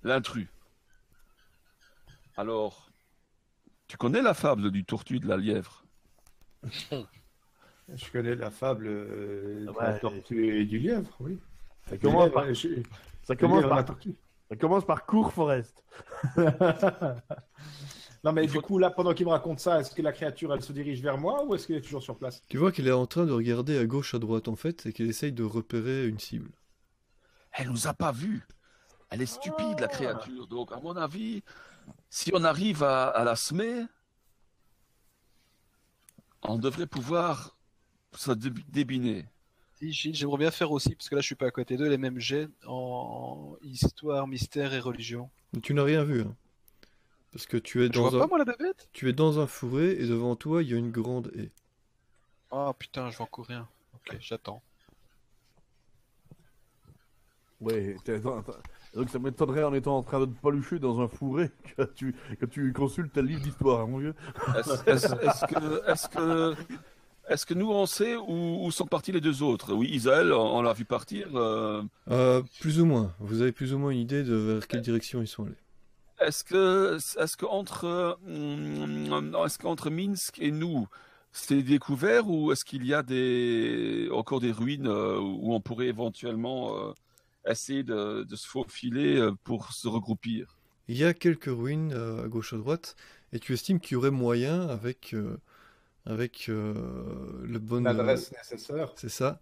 Speaker 5: l'intrus. Alors, tu connais la fable du tortue et de la lièvre
Speaker 2: Je connais la fable euh, de
Speaker 4: Ouais.
Speaker 2: la tortue et du lièvre, oui.
Speaker 4: Ça commence par,
Speaker 2: Ouais, je-
Speaker 4: ça commence
Speaker 2: lièvre,
Speaker 4: par,
Speaker 2: la tortue.
Speaker 4: ça commence par Cour Forest.
Speaker 2: Non, mais
Speaker 5: Il
Speaker 2: du
Speaker 5: faut-
Speaker 2: coup, là, pendant qu'il me raconte ça, est-ce que la créature, elle se dirige vers moi ou est-ce qu'elle est toujours sur place
Speaker 1: Tu vois qu'il est en train de regarder à gauche, à droite en fait, et qu'il essaye de repérer une cible.
Speaker 5: Elle nous a pas vus. Elle est stupide, la
Speaker 2: Ah.
Speaker 5: créature. Donc, à mon avis, si on arrive à, à la semer, on devrait pouvoir se dé- débiner.
Speaker 3: Si, Gilles, j'aimerais bien faire aussi, parce que là je suis pas à côté d'eux, les mêmes jets en histoire, mystère et religion.
Speaker 1: Mais Tu n'as rien vu, hein. parce que tu es
Speaker 3: Je vois
Speaker 1: dans
Speaker 3: pas
Speaker 1: un,
Speaker 3: moi la bête
Speaker 1: tu es dans un fourré et devant toi il y a une grande haie.
Speaker 3: Ah putain, je vois encore rien. Ok, j'attends.
Speaker 4: Ouais, t'es dans- t'as- donc ça m'étonnerait en étant en train de te palucher dans un fourré que tu, que tu consultes un livre d'histoire, hein, mon vieux.
Speaker 5: Est-ce est-ce- est-ce que, est-ce que, est-ce que nous, on sait où, où sont partis les deux autres Oui, Isaël, on, on l'a vu partir. euh,
Speaker 1: Euh, plus ou moins, vous avez plus ou moins une idée de vers quelle direction ils sont allés.
Speaker 5: est-ce que, est-ce que entre, euh, hum, est-ce qu'entre Minsk et nous, c'est découvert ou est-ce qu'il y a des, encore des ruines euh, où on pourrait éventuellement euh, essayer de, de se faufiler euh, pour se regrouper
Speaker 1: Il y a quelques ruines euh, à gauche, à droite, et tu estimes qu'il y aurait moyen avec euh, avec euh, le bon
Speaker 2: L'adresse nécessaire.
Speaker 1: c'est ça,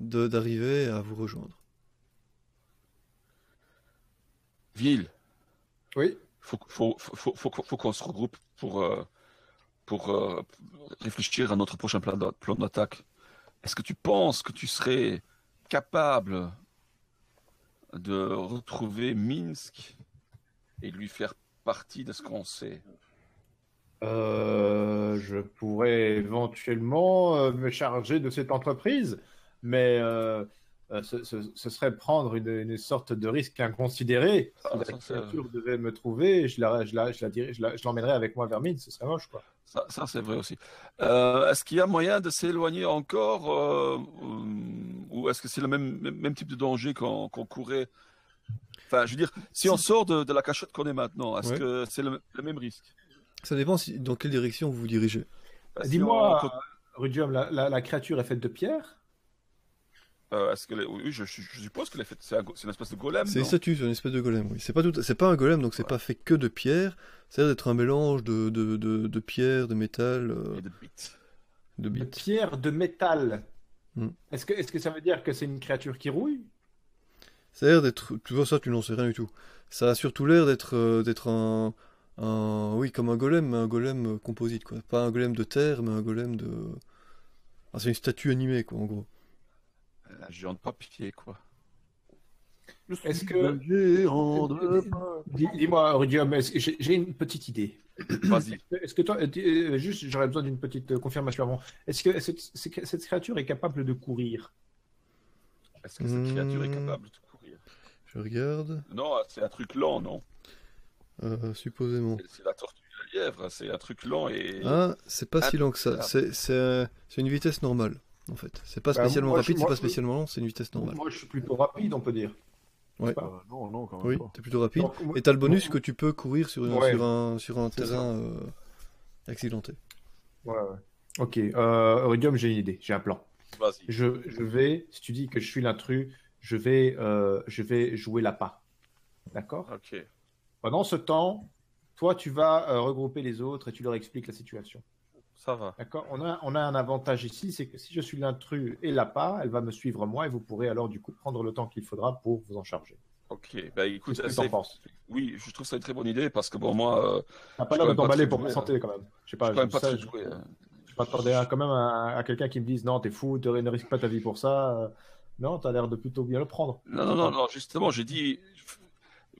Speaker 1: de d'arriver à vous rejoindre.
Speaker 5: Ville,
Speaker 2: Oui.
Speaker 5: faut, faut, faut, faut, faut, qu'on- faut qu'on se regroupe pour, euh, pour euh, réfléchir à notre prochain plan d'a- plan d'attaque. Est-ce que tu penses que tu serais capable de retrouver Minsk et de lui faire partie de ce qu'on sait
Speaker 2: Euh, je pourrais éventuellement euh, me charger de cette entreprise, mais euh, euh, ce, ce- ce serait prendre une, une sorte de risque inconsidéré. Si
Speaker 5: Ah,
Speaker 2: la
Speaker 5: ça, c'est-
Speaker 2: créature devait me trouver, je la, je la, je la dirais- je la- je l'emmènerais avec moi vers Mine, ce serait moche, quoi.
Speaker 5: Ça, ça, c'est vrai aussi. Euh, est-ce qu'il y a moyen de s'éloigner encore euh, ou ou est-ce que c'est le même, même, même type de danger qu'on qu'on courait Enfin, je veux dire, si on sort de, de la cachette qu'on est maintenant, est-ce
Speaker 1: Ouais.
Speaker 5: que c'est le, le même risque
Speaker 1: Ça dépend si- dans quelle direction vous vous dirigez.
Speaker 5: Enfin, si
Speaker 2: Dis-moi,
Speaker 5: on-
Speaker 2: Rudium, la, la- la créature est faite de pierre
Speaker 5: euh, est-ce que les- oui, je, je- je suppose que les fêtes- c'est un, go- c'est une espèce de golem.
Speaker 1: C'est
Speaker 5: non
Speaker 1: une statue, c'est une espèce de golem, oui. C'est pas, tout... c'est pas un golem, donc c'est
Speaker 5: Ouais.
Speaker 1: pas fait que de pierre. C'est d'être un mélange de, de, de, de pierre, de métal, euh,
Speaker 5: Et de bits.
Speaker 1: de
Speaker 2: De
Speaker 1: bits.
Speaker 2: pierre de métal.
Speaker 1: Hmm.
Speaker 2: Est-ce que, est que ça veut dire que c'est une créature qui rouille
Speaker 1: Ça a l'air d'être. Tu vois, ça, tu n'en sais rien du tout. Ça a surtout l'air d'être euh, d'être un, un. Oui, comme un golem, mais un golem euh, composite, quoi. Pas un golem de terre, mais un golem de. Ah, c'est une statue animée, quoi, en gros.
Speaker 5: La géante Euh, papier, quoi.
Speaker 4: Je
Speaker 2: Est-ce
Speaker 4: suis
Speaker 2: que-
Speaker 4: un géant de pain.
Speaker 2: Dis- Dis-moi, Rudium, est-ce- j'ai j'ai une petite idée.
Speaker 5: Vas-y.
Speaker 2: Est-ce que toi, euh, dis- euh, juste, j'aurais besoin d'une petite euh, confirmation avant. Est-ce que cette, cette- cette créature est capable de courir
Speaker 5: Est-ce que cette créature est
Speaker 1: Hmm.
Speaker 5: capable de courir
Speaker 1: Je regarde.
Speaker 5: Non, c'est un truc lent, non
Speaker 1: euh, supposément.
Speaker 5: C'est- C'est la tortue de lièvre, c'est un truc lent et.
Speaker 1: Ah, c'est pas
Speaker 5: Ah,
Speaker 1: si lent que ça.
Speaker 5: ah.
Speaker 1: C'est- C'est euh, c'est une vitesse normale, en fait. C'est pas
Speaker 2: Bah,
Speaker 1: spécialement
Speaker 2: moi, je-
Speaker 1: rapide, c'est
Speaker 2: moi,
Speaker 1: pas
Speaker 2: je-
Speaker 1: spécialement lent, c'est une vitesse normale.
Speaker 2: Moi, je suis plutôt rapide, on peut dire.
Speaker 4: Euh, Non, non, quand même
Speaker 1: Oui,
Speaker 4: pas.
Speaker 1: t'es plutôt rapide.
Speaker 2: Donc, moi-
Speaker 1: Et t'as le bonus
Speaker 2: moi-
Speaker 1: que tu peux courir sur, une-
Speaker 2: Ouais.
Speaker 1: sur un, sur un
Speaker 2: C'est ça.
Speaker 1: terrain euh, accidenté.
Speaker 2: Ouais, ouais. Ok, euh, Rudium, j'ai une idée, j'ai un plan.
Speaker 5: Vas-y.
Speaker 2: Je, je vais, si tu dis que je suis l'intrus, je vais, euh, je vais jouer la pas. D'accord
Speaker 5: Ok.
Speaker 2: Pendant ce temps, toi, tu vas euh, regrouper les autres et tu leur expliques la situation.
Speaker 5: Ça va.
Speaker 2: D'accord on a, on a un avantage ici, c'est que si je suis l'intrus et la pas, elle va me suivre moi et vous pourrez alors du coup prendre le temps qu'il faudra pour vous en charger.
Speaker 5: Ok. Bah écoute,
Speaker 2: Qu'est-ce que
Speaker 5: c'est-
Speaker 2: t'en penses
Speaker 5: oui, je trouve ça une très bonne idée parce que bon, moi, euh,
Speaker 2: T'as pas l'air de
Speaker 5: je suis quand même pas
Speaker 2: t'emballer
Speaker 5: très
Speaker 2: pour
Speaker 5: doué,
Speaker 2: ma
Speaker 5: hein.
Speaker 2: santé quand même. Bah, Je sais
Speaker 5: je
Speaker 2: pas,
Speaker 5: suis quand même pas
Speaker 2: ça,
Speaker 5: très
Speaker 2: je-
Speaker 5: doué. hein.
Speaker 2: je m'attendais à- quand même à, à quelqu'un qui me dise non, t'es fou, t'es- ne risque pas ta vie pour ça. Euh, Non, t'as l'air de plutôt bien le prendre.
Speaker 5: Non, non, non, non, justement, j'ai dit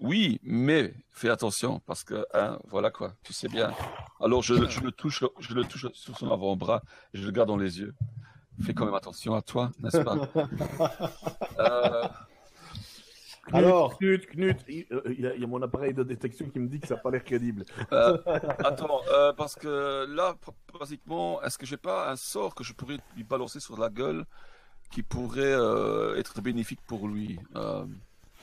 Speaker 5: oui, mais fais attention parce que, hein, voilà quoi, tu sais bien. Alors je, je le touche, je le touche sur son avant-bras, je le garde dans les yeux. Fais quand même attention à toi, n'est-ce pas Euh,
Speaker 2: Alors
Speaker 4: Knut, Knut, il, euh, il a- il y a mon appareil de détection qui me dit que ça n'a pas l'air crédible.
Speaker 5: euh, Attends, euh, parce que là, pr- pratiquement, est-ce que j'ai pas un sort que je pourrais lui balancer sur la gueule qui pourrait euh, être bénéfique pour lui Euh,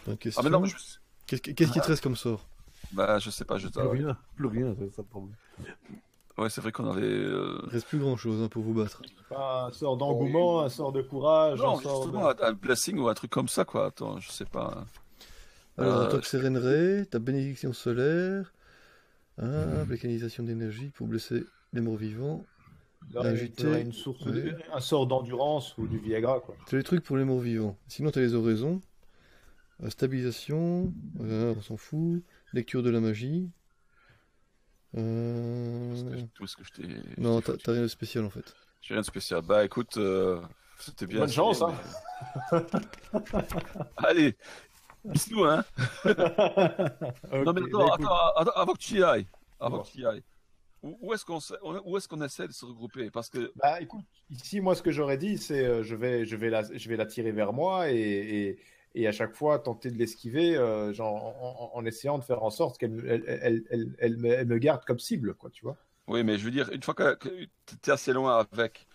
Speaker 1: Bonne question.
Speaker 5: Ah mais non, mais je, Ah.
Speaker 1: Qu'est-ce que- qu'est-ce qui te reste comme sort
Speaker 5: bah, je sais pas, je.
Speaker 2: Ah
Speaker 4: Plus rien, plus rien, c'est ça le problème.
Speaker 5: Ouais, c'est vrai qu'on avait. euh,
Speaker 1: Il reste plus grand chose pour vous battre.
Speaker 2: pas Un sort d'engouement, un sort de courage,
Speaker 5: Non,
Speaker 2: un sort de...
Speaker 5: justement, un- un blessing ou un truc comme ça, quoi. Attends, je sais pas. hein.
Speaker 1: Alors,
Speaker 5: Euh,
Speaker 1: toi que sérénerai, ta bénédiction solaire,
Speaker 5: Mhm.
Speaker 1: ah, mécanisation d'énergie pour blesser les morts vivants.
Speaker 2: Là,
Speaker 1: d'agiter.
Speaker 2: il faudrait euh, une source de-
Speaker 1: Ouais.
Speaker 2: un sort d'endurance ou du Viagra. Quoi.
Speaker 1: T'as les trucs pour les morts vivants. Sinon, t'as les oraisons. Euh, stabilisation, euh, on s'en fout. Lecture de la magie. Euh,
Speaker 5: Tout ce que- Tout ce que je t'ai. je
Speaker 1: Non,
Speaker 5: t'ai
Speaker 1: t'as
Speaker 5: foutu.
Speaker 1: t'as rien de spécial en fait.
Speaker 5: J'ai rien de spécial. Bah écoute, euh, c'était bien.
Speaker 2: Bonne chance, hein.
Speaker 5: Allez, bisous, hein. non, mais
Speaker 2: Ok,
Speaker 5: attends,
Speaker 2: bah, écoute,
Speaker 5: attends, attends, avant que tu y ailles. Avant
Speaker 2: Bon.
Speaker 5: que tu y ailles. Où, où est-ce qu'on se- où est-ce qu'on essaie de se regrouper Parce que.
Speaker 2: bah, écoute, ici, moi, ce que j'aurais dit, c'est euh, je, vais, je, vais la, je vais la tirer vers moi et, et, et à chaque fois tenter de l'esquiver euh, genre, en, en- en essayant de faire en sorte qu'elle elle, elle, elle, elle me, elle me garde comme cible, quoi, tu vois.
Speaker 5: Oui, mais je veux dire, une fois que, que t'es assez loin avec,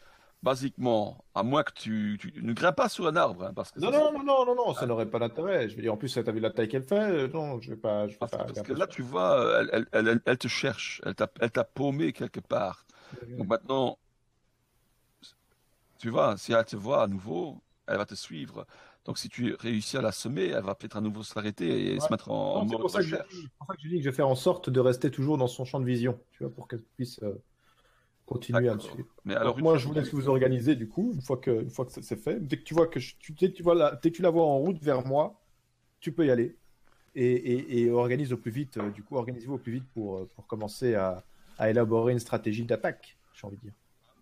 Speaker 5: basiquement, à moins que tu, tu ne grimpes pas sur un arbre, hein, parce que
Speaker 2: Non,
Speaker 5: ça,
Speaker 2: non, non, non, non, non, ça n'aurait pas d'intérêt. Je veux dire, en plus, t'as vu la taille qu'elle fait. euh, Non, je vais pas. Je vais
Speaker 5: Parce,
Speaker 2: pas
Speaker 5: Ah, parce que là, tu vois, euh, elle, elle- elle- elle- elle te cherche, elle t'a, elle t'a paumé quelque part. Donc maintenant, tu vois, si elle te voit à nouveau, elle va te suivre. Donc si tu réussis à la semer, elle va peut-être à nouveau s'arrêter et
Speaker 2: Ouais.
Speaker 5: se mettre en, en
Speaker 2: Non, c'est
Speaker 5: mode
Speaker 2: pour ça que je
Speaker 5: recherche.
Speaker 2: dis- c'est pour ça que je dis que je vais faire en sorte de rester toujours dans son champ de vision, tu vois, pour qu'elle puisse euh, continuer à me
Speaker 5: D'accord.
Speaker 2: suivre.
Speaker 5: Mais
Speaker 2: Alors,
Speaker 5: alors, une
Speaker 2: moi,
Speaker 5: fois
Speaker 2: je
Speaker 5: que-
Speaker 2: vous laisse vous organiser du coup, une fois que, une fois que c'est- c'est fait. Dès que tu vois que je- tu, dès que tu vois la, dès que tu la vois en route vers moi, tu peux y aller et, et- et organise au plus vite. euh, du coup, organisez-vous au plus vite pour, euh, pour commencer à, à élaborer une stratégie d'attaque. J'ai envie de dire.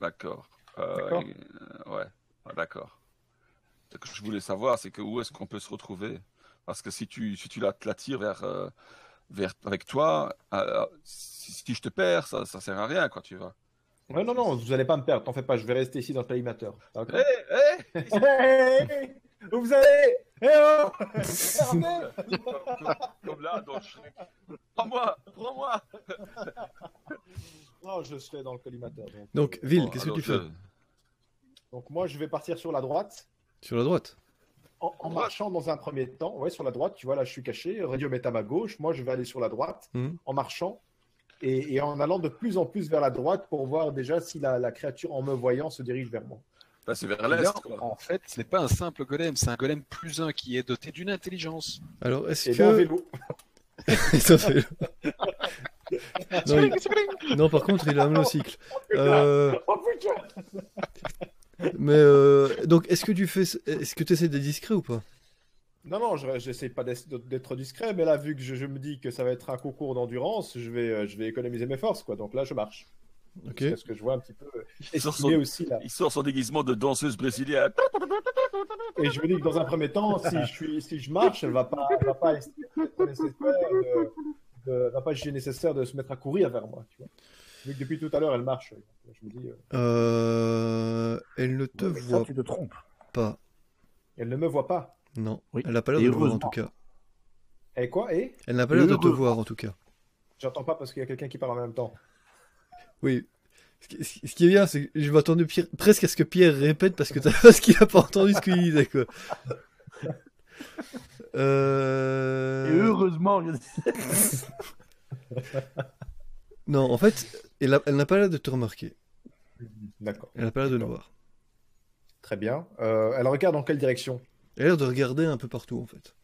Speaker 5: D'accord. Euh,
Speaker 2: D'accord.
Speaker 5: euh, ouais, Ah, d'accord. Ce que je voulais savoir, c'est que où est-ce qu'on peut se retrouver Parce que si tu, si tu la, la tires vers, euh, vers, avec toi. euh, si, si je te perds, ça, ça sert à rien, quoi, tu vois.
Speaker 2: Ouais, non, non, vous allez pas me perdre, t'en fais pas, je vais rester ici dans le collimateur.
Speaker 1: Eh,
Speaker 5: Hé, hé
Speaker 2: Hey Où eh, vous allez Eh oh Regardez
Speaker 5: Comme là, dans Shrek. Prends-moi, prends-moi
Speaker 2: Non, je serai dans le collimateur. Donc,
Speaker 1: Donc,
Speaker 2: euh,
Speaker 1: Ville,
Speaker 5: Bon,
Speaker 1: qu'est-ce que
Speaker 5: alors,
Speaker 1: tu fais
Speaker 5: je-
Speaker 2: donc moi, je vais partir sur la droite,
Speaker 1: Sur la droite
Speaker 2: en, en marchant dans un premier temps. Ouais, sur la droite, tu vois, là, je suis caché. Radio met à ma gauche. Moi, je vais aller sur la droite,
Speaker 1: Mhm.
Speaker 2: en marchant. Et, et en allant de plus en plus vers la droite pour voir déjà si la, la créature, en me voyant, se dirige vers moi.
Speaker 5: Bah, c'est vers
Speaker 3: Là,
Speaker 5: l'est, quoi.
Speaker 3: en fait, ce n'est pas un simple golem, c'est un golem plus un qui est doté d'une intelligence.
Speaker 1: Alors, est-ce
Speaker 5: Eh
Speaker 2: Et
Speaker 5: ben,
Speaker 2: d'un
Speaker 1: que.
Speaker 2: vélo.
Speaker 1: Ça fait- non, il- non, par contre, il a un monocycle. Euh,
Speaker 2: Oh putain
Speaker 1: mais euh, donc, est-ce que tu fais, est-ce que tu essaies d'être discret ou pas
Speaker 2: Non, non, je- j'essaie pas d'es- d'être discret, mais là, vu que je, je me dis que ça va être un concours d'endurance, je vais, euh, je vais économiser mes forces, quoi. Donc là, je marche.
Speaker 1: Ok.
Speaker 2: Parce que je vois un petit peu.
Speaker 5: Il sort,
Speaker 2: estimer
Speaker 5: son,
Speaker 2: aussi, là.
Speaker 5: il sort son déguisement de danseuse brésilienne.
Speaker 2: Et je me dis que dans un premier temps, si je, suis, si je marche, elle va pas, elle va pas, estimer nécessaire de, de- elle va pas juger nécessaire de se mettre à courir vers moi, tu vois. Vu que depuis tout à l'heure, elle marche. Je me dis, euh,
Speaker 1: Euh, elle ne te
Speaker 4: Mais ça,
Speaker 1: voit
Speaker 4: tu te trompes.
Speaker 1: pas.
Speaker 2: elle ne me voit pas.
Speaker 1: Non.
Speaker 4: Oui.
Speaker 1: Elle n'a pas l'air
Speaker 4: Et
Speaker 1: de te voir en
Speaker 4: heureusement.
Speaker 1: tout cas.
Speaker 2: Et quoi Et
Speaker 1: Elle n'a pas
Speaker 4: Et
Speaker 1: l'air de te
Speaker 4: heureusement.
Speaker 1: voir en tout cas.
Speaker 2: J'entends pas parce qu'il y a quelqu'un qui parle en même temps.
Speaker 1: Oui. Ce qui- Ce qui ce qui est bien, c'est que je m'attendais Pierre- presque à ce que Pierre répète parce que t'as ce qu'il a pas entendu ce qu'il disait quoi. Euh,
Speaker 4: Et heureusement, je-
Speaker 1: Non, en fait, elle a- elle n'a pas l'air de te remarquer.
Speaker 2: D'accord,
Speaker 1: Elle n'a pas l'air de le voir.
Speaker 2: très bien. Euh, elle regarde en quelle direction
Speaker 1: Elle a l'air de regarder un peu partout en fait.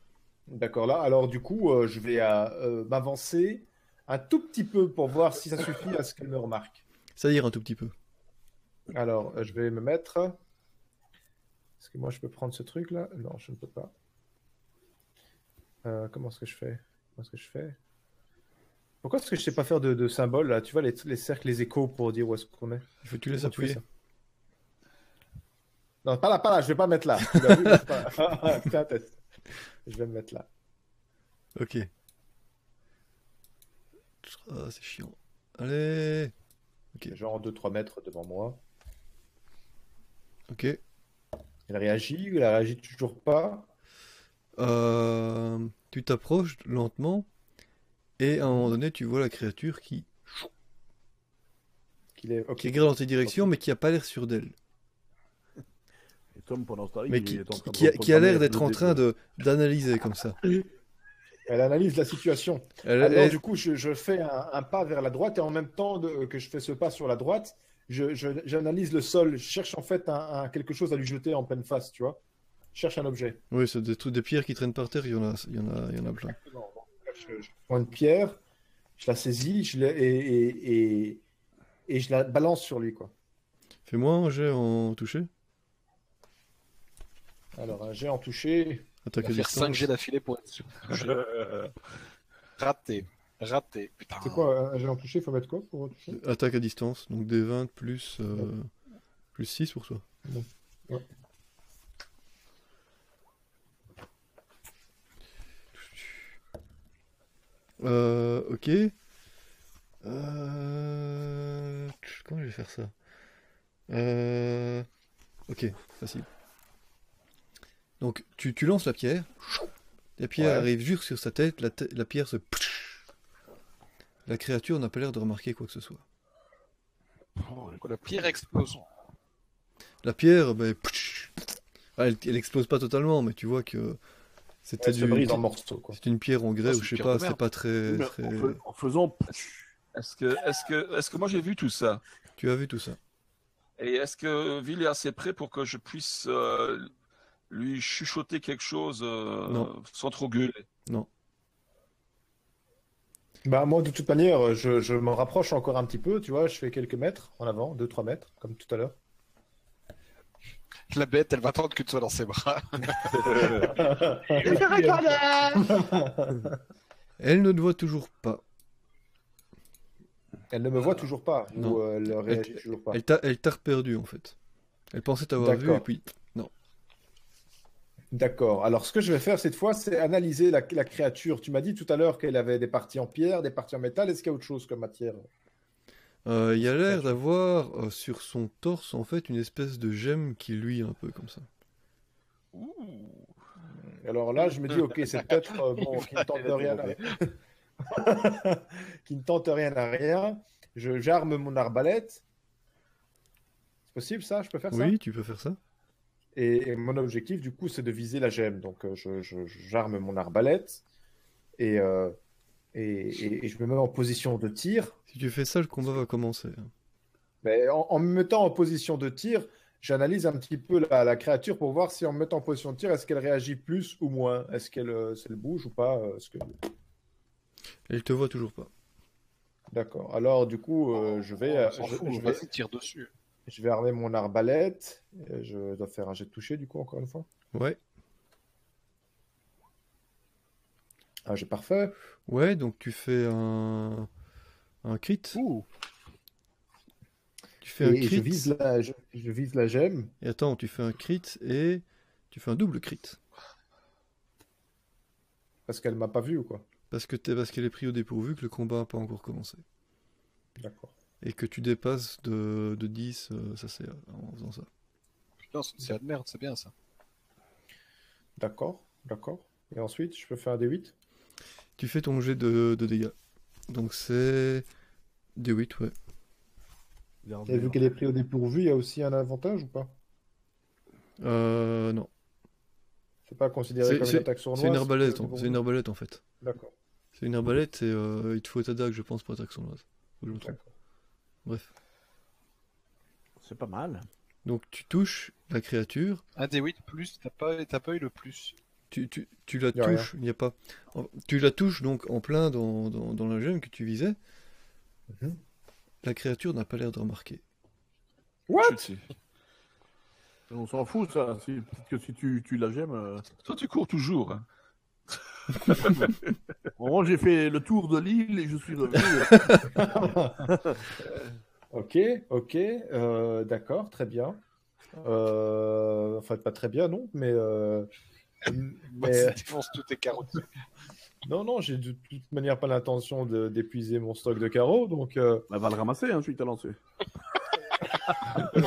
Speaker 2: D'accord, là, alors du coup, euh, je vais à, euh, m'avancer un tout petit peu pour voir si ça suffit à ce qu'elle me remarque.
Speaker 1: C'est-à-dire un tout petit peu.
Speaker 2: Alors, euh, je vais me mettre. Est-ce que moi je peux prendre ce truc là? Non, je ne peux pas. Euh, comment est-ce que je fais? Comment est-ce que je fais? Pourquoi est-ce que je sais pas faire de, de symboles là? Tu vois les, les cercles, les échos pour dire où est-ce qu'on est?
Speaker 1: Je veux que tu laisses
Speaker 2: Comment tu fais
Speaker 1: appuyer.
Speaker 2: ça Non, pas là, pas là, je vais pas me mettre là. Tu l'as vu, je vais pas- Ah, Fais un test. Je vais me mettre là.
Speaker 1: Ok. Ah, c'est chiant. Allez.
Speaker 2: Genre 2-3 mètres devant moi.
Speaker 1: Ok.
Speaker 2: Elle réagit, elle réagit toujours pas.
Speaker 1: Euh, tu t'approches lentement et à un moment donné, tu vois la créature qui,
Speaker 2: Qu'il est... Ok,
Speaker 1: qui regarde dans tes directions mais qui a pas l'air sûre d'elle.
Speaker 4: Et Tom, pendant ce temps-là,
Speaker 1: Mais
Speaker 4: il
Speaker 1: qui,
Speaker 4: est en train
Speaker 1: qui- qui
Speaker 4: de
Speaker 1: a, qui a l'air
Speaker 4: programmer
Speaker 1: d'être
Speaker 4: le
Speaker 1: en train
Speaker 4: début.
Speaker 1: de d'analyser comme ça.
Speaker 2: elle analyse la situation.
Speaker 1: Elle,
Speaker 2: Alors
Speaker 1: elle-
Speaker 2: Ah, du coup, je, je fais un, un pas vers la droite et en même temps de- que je fais ce pas sur la droite, je- je- j'analyse le sol. Je cherche en fait un, un- quelque chose à lui jeter en pleine face, tu vois. Je cherche un objet.
Speaker 1: Oui, c'est des, trucs- des pierres qui traînent par terre, il y en a, il y en a, il y en a plein.
Speaker 2: Je, je prends une pierre, je la saisis je la- et, et- et- et je la balance sur lui, quoi.
Speaker 1: Fais-moi un jet en toucher.
Speaker 2: Alors, un jet en toucher.
Speaker 3: On
Speaker 1: Attaque
Speaker 3: va
Speaker 1: à
Speaker 3: faire
Speaker 1: distance.
Speaker 3: 5 G d'affilée pour être sûr. Raté. Raté. Putain.
Speaker 2: C'est quoi un jet en toucher? Faut mettre quoi pour toucher?
Speaker 1: Attaque à distance, donc des 20 plus, euh, plus 6 pour toi.
Speaker 2: Ouais.
Speaker 1: Euh, ok. Euh, Comment je vais faire ça Euh, Ok, facile. Donc tu, tu lances la pierre. La pierre
Speaker 2: Ouais.
Speaker 1: arrive juste sur sa tête. La, tête- la pierre se... La créature n'a pas l'air de remarquer quoi que ce soit.
Speaker 3: La pire explosion.
Speaker 1: La pierre, ben, ptsch. Ah, elle, elle explose pas totalement, mais tu vois que c'était
Speaker 2: Elle se
Speaker 1: du-
Speaker 2: brise en morceaux, quoi.
Speaker 1: c'est une pierre en grès
Speaker 3: Ah,
Speaker 1: ou
Speaker 3: c'est
Speaker 1: je sais
Speaker 3: une
Speaker 1: pas,
Speaker 3: pierre de
Speaker 1: c'est
Speaker 3: merde.
Speaker 1: pas très,
Speaker 4: Mais
Speaker 1: très-
Speaker 4: en, fais- en faisant.
Speaker 5: Est-ce que, est-ce que, est-ce que moi j'ai vu tout ça
Speaker 1: Tu as vu tout ça
Speaker 5: Et est-ce que Ville est assez près pour que je puisse euh, lui chuchoter quelque chose euh,
Speaker 1: Non.
Speaker 5: sans trop gueuler
Speaker 2: Bah moi de toute manière, je, je m'en rapproche encore un petit peu, tu vois, je fais quelques mètres en avant, 2-3 mètres, comme tout à l'heure.
Speaker 3: La bête, elle va attendre que tu sois dans ses bras.
Speaker 1: Elle ne te voit toujours pas.
Speaker 2: Elle ne me voit toujours pas,
Speaker 1: Non.
Speaker 2: ou euh, Ah. elle réagit toujours pas.
Speaker 1: Elle t'a, elle t'a reperdu en fait. Elle pensait t'avoir vu
Speaker 2: D'accord.
Speaker 1: et puis non.
Speaker 2: D'accord. Alors, ce que je vais faire cette fois, c'est analyser la, la créature. Tu m'as dit tout à l'heure qu'elle avait des parties en pierre, des parties en métal. Est-ce qu'il y a autre chose comme matière
Speaker 1: Euh, il y a l'air d'avoir euh, sur son torse en fait une espèce de gemme qui luit un peu comme ça.
Speaker 5: Ouh.
Speaker 2: Alors là, je me dis, ok, c'est peut-être euh, bon, qui ne tente rien à... qui ne tente rien à rien. Je j'arme mon arbalète. C'est possible ça Je peux faire Ah, ça
Speaker 1: Oui, tu peux faire ça.
Speaker 2: Et, et mon objectif, du coup, c'est de viser la gemme. Donc, euh, je- je- je- j'arme mon arbalète et, euh, et, et- et je me mets en position de tir.
Speaker 1: Si tu fais ça, le combat va commencer. hein.
Speaker 2: Mais en, en me mettant en position de tir, j'analyse un petit peu la, la créature pour voir si en me mettant en position de tir, est-ce qu'elle réagit plus ou moins Est-ce qu'elle euh, si elle bouge ou pas euh, est-ce que-
Speaker 1: Elle te voit toujours pas.
Speaker 2: D'accord. Alors, du coup, euh, je, vais, euh, je- je vais,
Speaker 3: vas-y, tire dessus.
Speaker 2: je vais armer mon arbalète. Euh, Je dois faire un jet de toucher, du coup, encore une fois.
Speaker 1: Ouais.
Speaker 2: Ah, j'ai parfait.
Speaker 1: Ouais, donc tu fais un un crit. Tu fais un
Speaker 2: Et je
Speaker 1: crit.
Speaker 2: vise, la, je, je vise la gemme.
Speaker 1: Et attends, tu fais un crit et tu fais un double crit
Speaker 2: Parce qu'elle m'a pas vu ou quoi
Speaker 1: parce que t'es parce qu'elle est pris au dépourvu que le combat n'a pas encore commencé
Speaker 2: D'accord.
Speaker 1: et que tu dépasses de, de 10, euh, ça c'est euh, en faisant ça.
Speaker 3: Putain, c'est une série de merde, c'est bien ça.
Speaker 2: D'accord. D'accord. Et ensuite, je peux faire un D8
Speaker 1: Tu fais ton jet de, de dégâts. Donc c'est des 8, ouais.
Speaker 2: Et vu qu'elle est prise au dépourvu, il y a aussi un avantage ou pas
Speaker 1: Euh, non,
Speaker 2: C'est pas
Speaker 1: C'est-
Speaker 2: considéré comme une
Speaker 1: c'est-
Speaker 2: attaque sournoise
Speaker 1: c'est une arbalète,
Speaker 2: c'est
Speaker 1: hein.
Speaker 2: pour
Speaker 1: c'est une
Speaker 2: vous
Speaker 1: arbalète en fait.
Speaker 2: D'accord.
Speaker 1: C'est une arbalète et euh, il te faut ta dague, je pense, pour attaque sournoise. Ou je me trompe.
Speaker 2: D'accord.
Speaker 1: Bref.
Speaker 4: C'est pas mal.
Speaker 1: Donc tu touches la créature,
Speaker 3: Un D8 plus, t'as pas, t'as pas eu le plus.
Speaker 1: tu, tu, tu la
Speaker 2: Y a rien.
Speaker 1: touches, il n'y a pas. en- Tu la touches donc en plein dans, dans, dans la gemme que tu visais.
Speaker 2: Mhm.
Speaker 1: La créature n'a pas l'air de remarquer.
Speaker 2: What
Speaker 5: Chut, si.
Speaker 4: On s'en fout, ça. Si, peut-être que si tu, tu la gemmes. euh,
Speaker 5: Toi, tu cours toujours. hein.
Speaker 4: Au moment, j'ai fait le tour de l'île et je suis revenu.
Speaker 2: Ok, ok, euh, d'accord, très bien. Euh, enfin, pas très bien, non, mais. euh,
Speaker 3: Bah,
Speaker 2: mais-
Speaker 1: euh,
Speaker 3: ça défonce toutes tes carottes.
Speaker 2: non, non, j'ai de toute manière pas l'intention de- d'épuiser mon stock de carreaux, donc. euh,
Speaker 4: Elle va le ramasser, hein, je suis lancé.
Speaker 2: euh,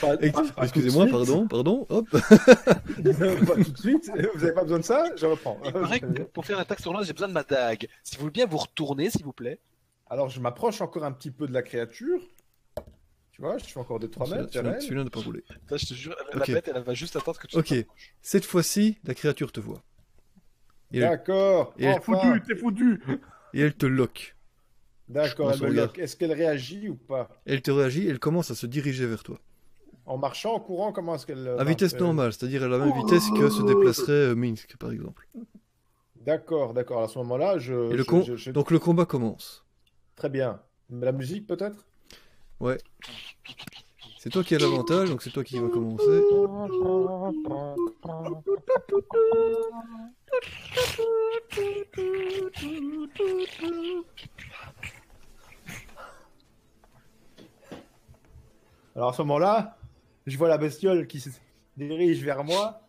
Speaker 2: pas-
Speaker 1: Ex-
Speaker 2: pas- pas
Speaker 1: Excusez-moi,
Speaker 2: tout de suite.
Speaker 1: pardon, pardon, hop.
Speaker 2: euh, pas tout de suite. Vous avez pas besoin de ça Je reprends.
Speaker 3: Il paraît que pour faire un taxe sur l'os, j'ai besoin de ma dague. Si vous voulez bien vous retourner, s'il vous plaît.
Speaker 2: Alors, je m'approche encore un petit peu de la créature. Tu vois, je suis encore de 3
Speaker 1: Celui-là-
Speaker 2: mètres.
Speaker 1: Celui-là
Speaker 2: derrière elle.
Speaker 1: celui-là n'a pas roulé.
Speaker 3: Putain, je te jure, la
Speaker 1: Ok.
Speaker 3: bête, elle va juste attendre que tu
Speaker 1: Ok.
Speaker 3: t'approches.
Speaker 1: Cette fois-ci, la créature te voit. Et elle,
Speaker 2: D'accord.
Speaker 1: Et elle
Speaker 2: enfin,
Speaker 4: Foutu, t'es foutu
Speaker 1: et elle te lock.
Speaker 2: D'accord,
Speaker 1: dans
Speaker 2: elle
Speaker 1: son
Speaker 2: me
Speaker 1: regard.
Speaker 2: lock. Est-ce qu'elle réagit ou pas
Speaker 1: Elle te réagit, elle commence à se diriger vers toi.
Speaker 2: En marchant, en courant, comment est-ce qu'elle.
Speaker 1: À vitesse
Speaker 2: normale.
Speaker 1: normale, c'est-à-dire à la
Speaker 2: Oh.
Speaker 1: même vitesse que se déplacerait euh, Minsk, par exemple.
Speaker 2: D'accord, d'accord. À ce moment-là, je.
Speaker 1: Et le
Speaker 2: Euh, je-
Speaker 1: con-
Speaker 2: je- je-
Speaker 1: Donc le combat commence.
Speaker 2: Très bien. La musique, peut-être
Speaker 1: C'est toi qui as l'avantage, donc c'est toi qui va commencer.
Speaker 2: Alors, à ce moment-là, je vois la bestiole qui se dirige vers moi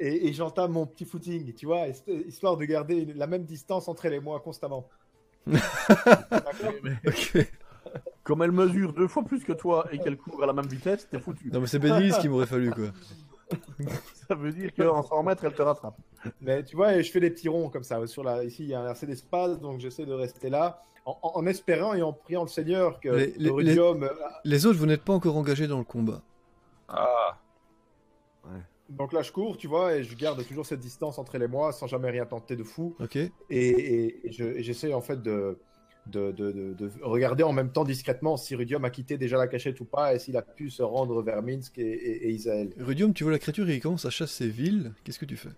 Speaker 2: et, et j'entame mon petit footing, tu vois, hist- histoire de garder une- la même distance entre elle et moi constamment. D'accord
Speaker 1: Ok.
Speaker 4: Comme elle mesure deux fois plus que toi et qu'elle court à la même vitesse, t'es foutu.
Speaker 1: Non mais c'est Benny ce qu'il m'aurait fallu quoi.
Speaker 4: Ça veut dire qu'en 100 mètres, elle te rattrape.
Speaker 2: Mais tu vois, je fais des petits ronds comme ça. Sur la, ici, il y a un assez d'espace, donc j'essaie de rester là, en, en- en espérant et en priant le Seigneur que
Speaker 1: Les- les-
Speaker 2: le rhodium. euh,
Speaker 1: Les autres, vous n'êtes pas encore engagés dans le combat.
Speaker 5: Ah,
Speaker 2: Donc là, je cours, tu vois, et je garde toujours cette distance entre elle et moi, sans jamais rien tenter de fou.
Speaker 1: Ok
Speaker 2: Et, et- et je- et j'essaie en fait de, de, de- de- de regarder en même temps discrètement si Rudium a quitté déjà la cachette ou pas, et s'il a pu se rendre vers Minsk et, et- et Isaël.
Speaker 1: Rudium, tu vois la créature et il commence à chasser Ville. Qu'est-ce que tu fais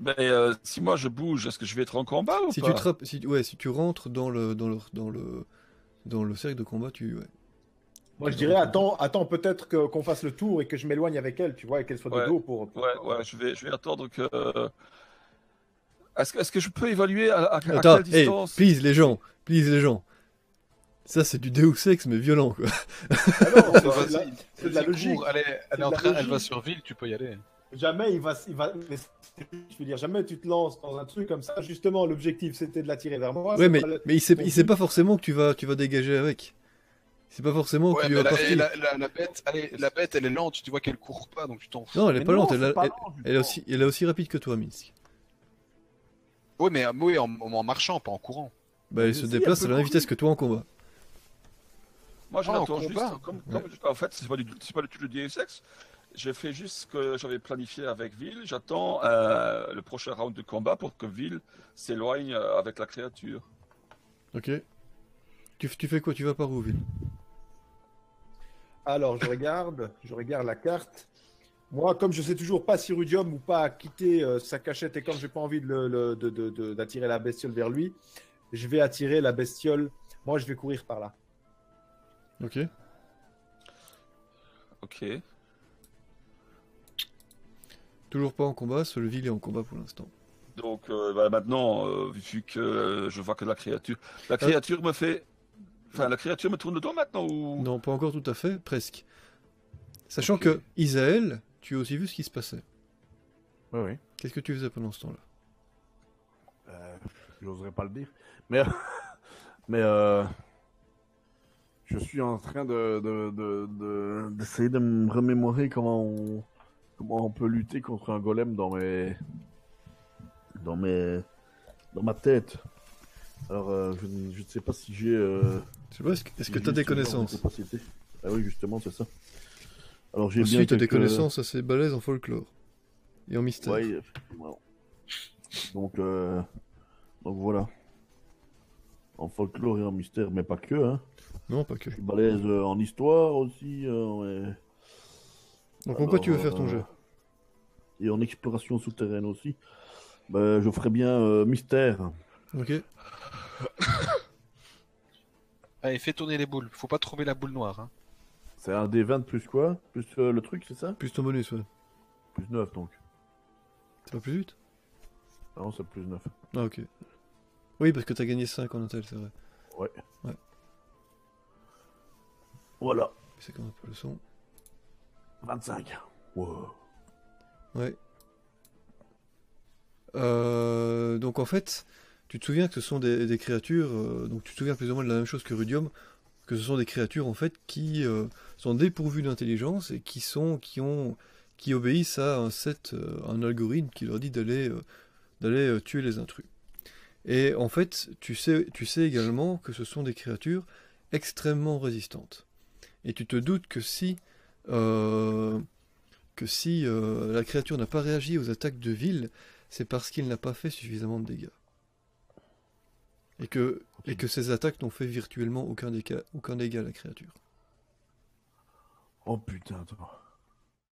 Speaker 5: mais euh, si moi je bouge, est-ce que je vais être en combat ou
Speaker 1: si
Speaker 5: pas
Speaker 1: tu, te rap- si, ouais, si tu rentres dans le, dans, le, dans, le, dans le cercle de combat, tu... Ouais.
Speaker 2: Moi, je dirais, attends, attends peut-être que- qu'on fasse le tour et que je m'éloigne avec elle, tu vois, et qu'elle soit de
Speaker 5: Ouais.
Speaker 2: dos pour. pour-
Speaker 5: Ouais, ouais, je vais, je vais attendre que. euh, Est-ce que, est-ce que je peux évaluer à, à- à
Speaker 1: Attends,
Speaker 5: quelle
Speaker 1: hey,
Speaker 5: distance
Speaker 1: please les gens, please les gens. Ça c'est du Deus Ex mais violent quoi.
Speaker 2: Ah non, c'est-
Speaker 3: Vas-y.
Speaker 2: c'est de la- c'est de la
Speaker 3: Vas-y,
Speaker 2: logique.
Speaker 3: cours, Elle est, elle est
Speaker 2: de
Speaker 3: en
Speaker 2: la
Speaker 3: train, elle
Speaker 2: logique.
Speaker 3: va sur ville, tu peux y aller.
Speaker 2: Jamais il va, il va. mais c'est- Je veux dire, jamais tu te lances dans un truc comme ça. Justement, l'objectif c'était de l'attirer vers moi.
Speaker 1: Ouais,
Speaker 2: Ah, c'est
Speaker 1: mais,
Speaker 2: pas le-
Speaker 1: mais il sait,
Speaker 2: mon
Speaker 1: il sait
Speaker 2: but.
Speaker 1: pas forcément que tu vas, tu vas dégager avec. C'est pas forcément que
Speaker 3: Ouais,
Speaker 1: tu vas
Speaker 3: mais la, et
Speaker 1: partir.
Speaker 3: la- la- la bête, allez, la bête, elle est lente, tu vois qu'elle court pas, donc tu t'en fous.
Speaker 1: Non, elle est
Speaker 4: Mais
Speaker 1: pas
Speaker 4: non,
Speaker 1: lente, elle,
Speaker 4: c'est
Speaker 1: a-
Speaker 4: pas
Speaker 1: elle-
Speaker 4: lent, du
Speaker 1: elle est
Speaker 4: temps.
Speaker 1: aussi, elle est aussi rapide que toi, Minsk.
Speaker 3: Oui, mais euh, oui, en, en marchant, pas en courant.
Speaker 1: Bah, elle
Speaker 4: Si,
Speaker 1: se
Speaker 4: elle
Speaker 1: déplace
Speaker 4: peut
Speaker 1: à la même
Speaker 4: courir.
Speaker 1: vitesse que toi en combat.
Speaker 5: Moi, je
Speaker 3: Ah, en
Speaker 5: l'attends juste.
Speaker 3: combat.
Speaker 5: Comme,
Speaker 1: Ouais.
Speaker 5: comme- en fait, c'est pas du, c'est pas du tout le Deus Ex. J'ai fait juste ce que j'avais planifié avec Ville. J'attends euh, le prochain round de combat pour que Ville s'éloigne euh, avec la créature.
Speaker 1: Ok. Tu, f- tu fais quoi Tu vas par où, Ville
Speaker 2: Alors, je regarde, je regarde la carte. Moi, comme je sais toujours pas si Rudium ou pas a quitté euh, sa cachette et comme j'ai pas envie de le- le- de- de- de- d'attirer la bestiole vers lui, je vais attirer la bestiole. Moi, je vais courir par là.
Speaker 1: Ok.
Speaker 5: Ok.
Speaker 1: Toujours pas en combat, seul Ville est en combat pour l'instant.
Speaker 5: Donc euh, bah, maintenant, euh, vu que euh, je vois que la créature, la créature me fait, enfin la créature me tourne le dos maintenant ou
Speaker 1: Non, pas encore tout à fait, presque. Sachant
Speaker 5: Ok.
Speaker 1: que, Isaël, tu as aussi vu ce qui se passait.
Speaker 4: Oui, oui.
Speaker 1: Qu'est-ce que tu faisais pendant ce temps-là
Speaker 4: Euh, J'oserais pas le dire. Mais, mais euh, je suis en train de de- de- de- d'essayer de, me remémorer comment on, comment on peut lutter contre un golem dans mes dans mes dans ma tête. Alors euh, je, ne- je ne sais pas si j'ai. euh,
Speaker 1: Je sais pas, est-ce que- est-ce que
Speaker 4: j'ai
Speaker 1: tu as des
Speaker 4: justement
Speaker 1: connaissances
Speaker 4: capacités. Ah oui justement c'est ça. Alors j'ai bien
Speaker 1: Ensuite, tu as des
Speaker 4: quelques-
Speaker 1: connaissances assez balèzes en folklore. Et en mystère.
Speaker 4: Ouais, effectivement. Donc, euh, donc voilà. En folklore et en mystère, mais pas que. Hein.
Speaker 1: Non, pas que.
Speaker 4: Je suis balèze euh, en histoire aussi. euh, et-
Speaker 1: Donc en quoi
Speaker 4: alors,
Speaker 1: tu veux faire ton
Speaker 4: euh,
Speaker 1: jet
Speaker 4: Et en exploration souterraine aussi. Bah, je ferais bien euh, mystère.
Speaker 1: Ok.
Speaker 3: Allez, fais tourner les boules, faut pas trouver la boule noire. Hein.
Speaker 4: C'est un des 20 plus quoi Plus euh, le truc, c'est ça
Speaker 1: Plus ton bonus, ouais.
Speaker 4: Plus 9 donc.
Speaker 1: C'est pas plus vite
Speaker 4: Non, c'est plus 9.
Speaker 1: Ah, ok. Oui, parce que t'as gagné 5 en intel, c'est vrai.
Speaker 4: Voilà,
Speaker 1: C'est quand même un peu le son.
Speaker 4: 25. Wow.
Speaker 1: Ouais. Euh, donc en fait, tu te souviens que ce sont des, des créatures, euh, donc tu te souviens plus ou moins de la même chose que Rudium, que ce sont des créatures en fait qui euh, sont dépourvues d'intelligence et qui sont, qui ont, qui obéissent à un set, euh, un algorithme qui leur dit d'aller, euh, d'aller euh, tuer les intrus. Et en fait, tu sais, tu sais également que ce sont des créatures extrêmement résistantes. Et tu te doutes que si euh, que si euh, la créature n'a pas réagi aux attaques de ville, c'est parce qu'il n'a pas fait suffisamment de dégâts. Et que, et que ces attaques n'ont fait virtuellement aucun dégât, aucun dégât à la créature.
Speaker 4: Oh putain, attends.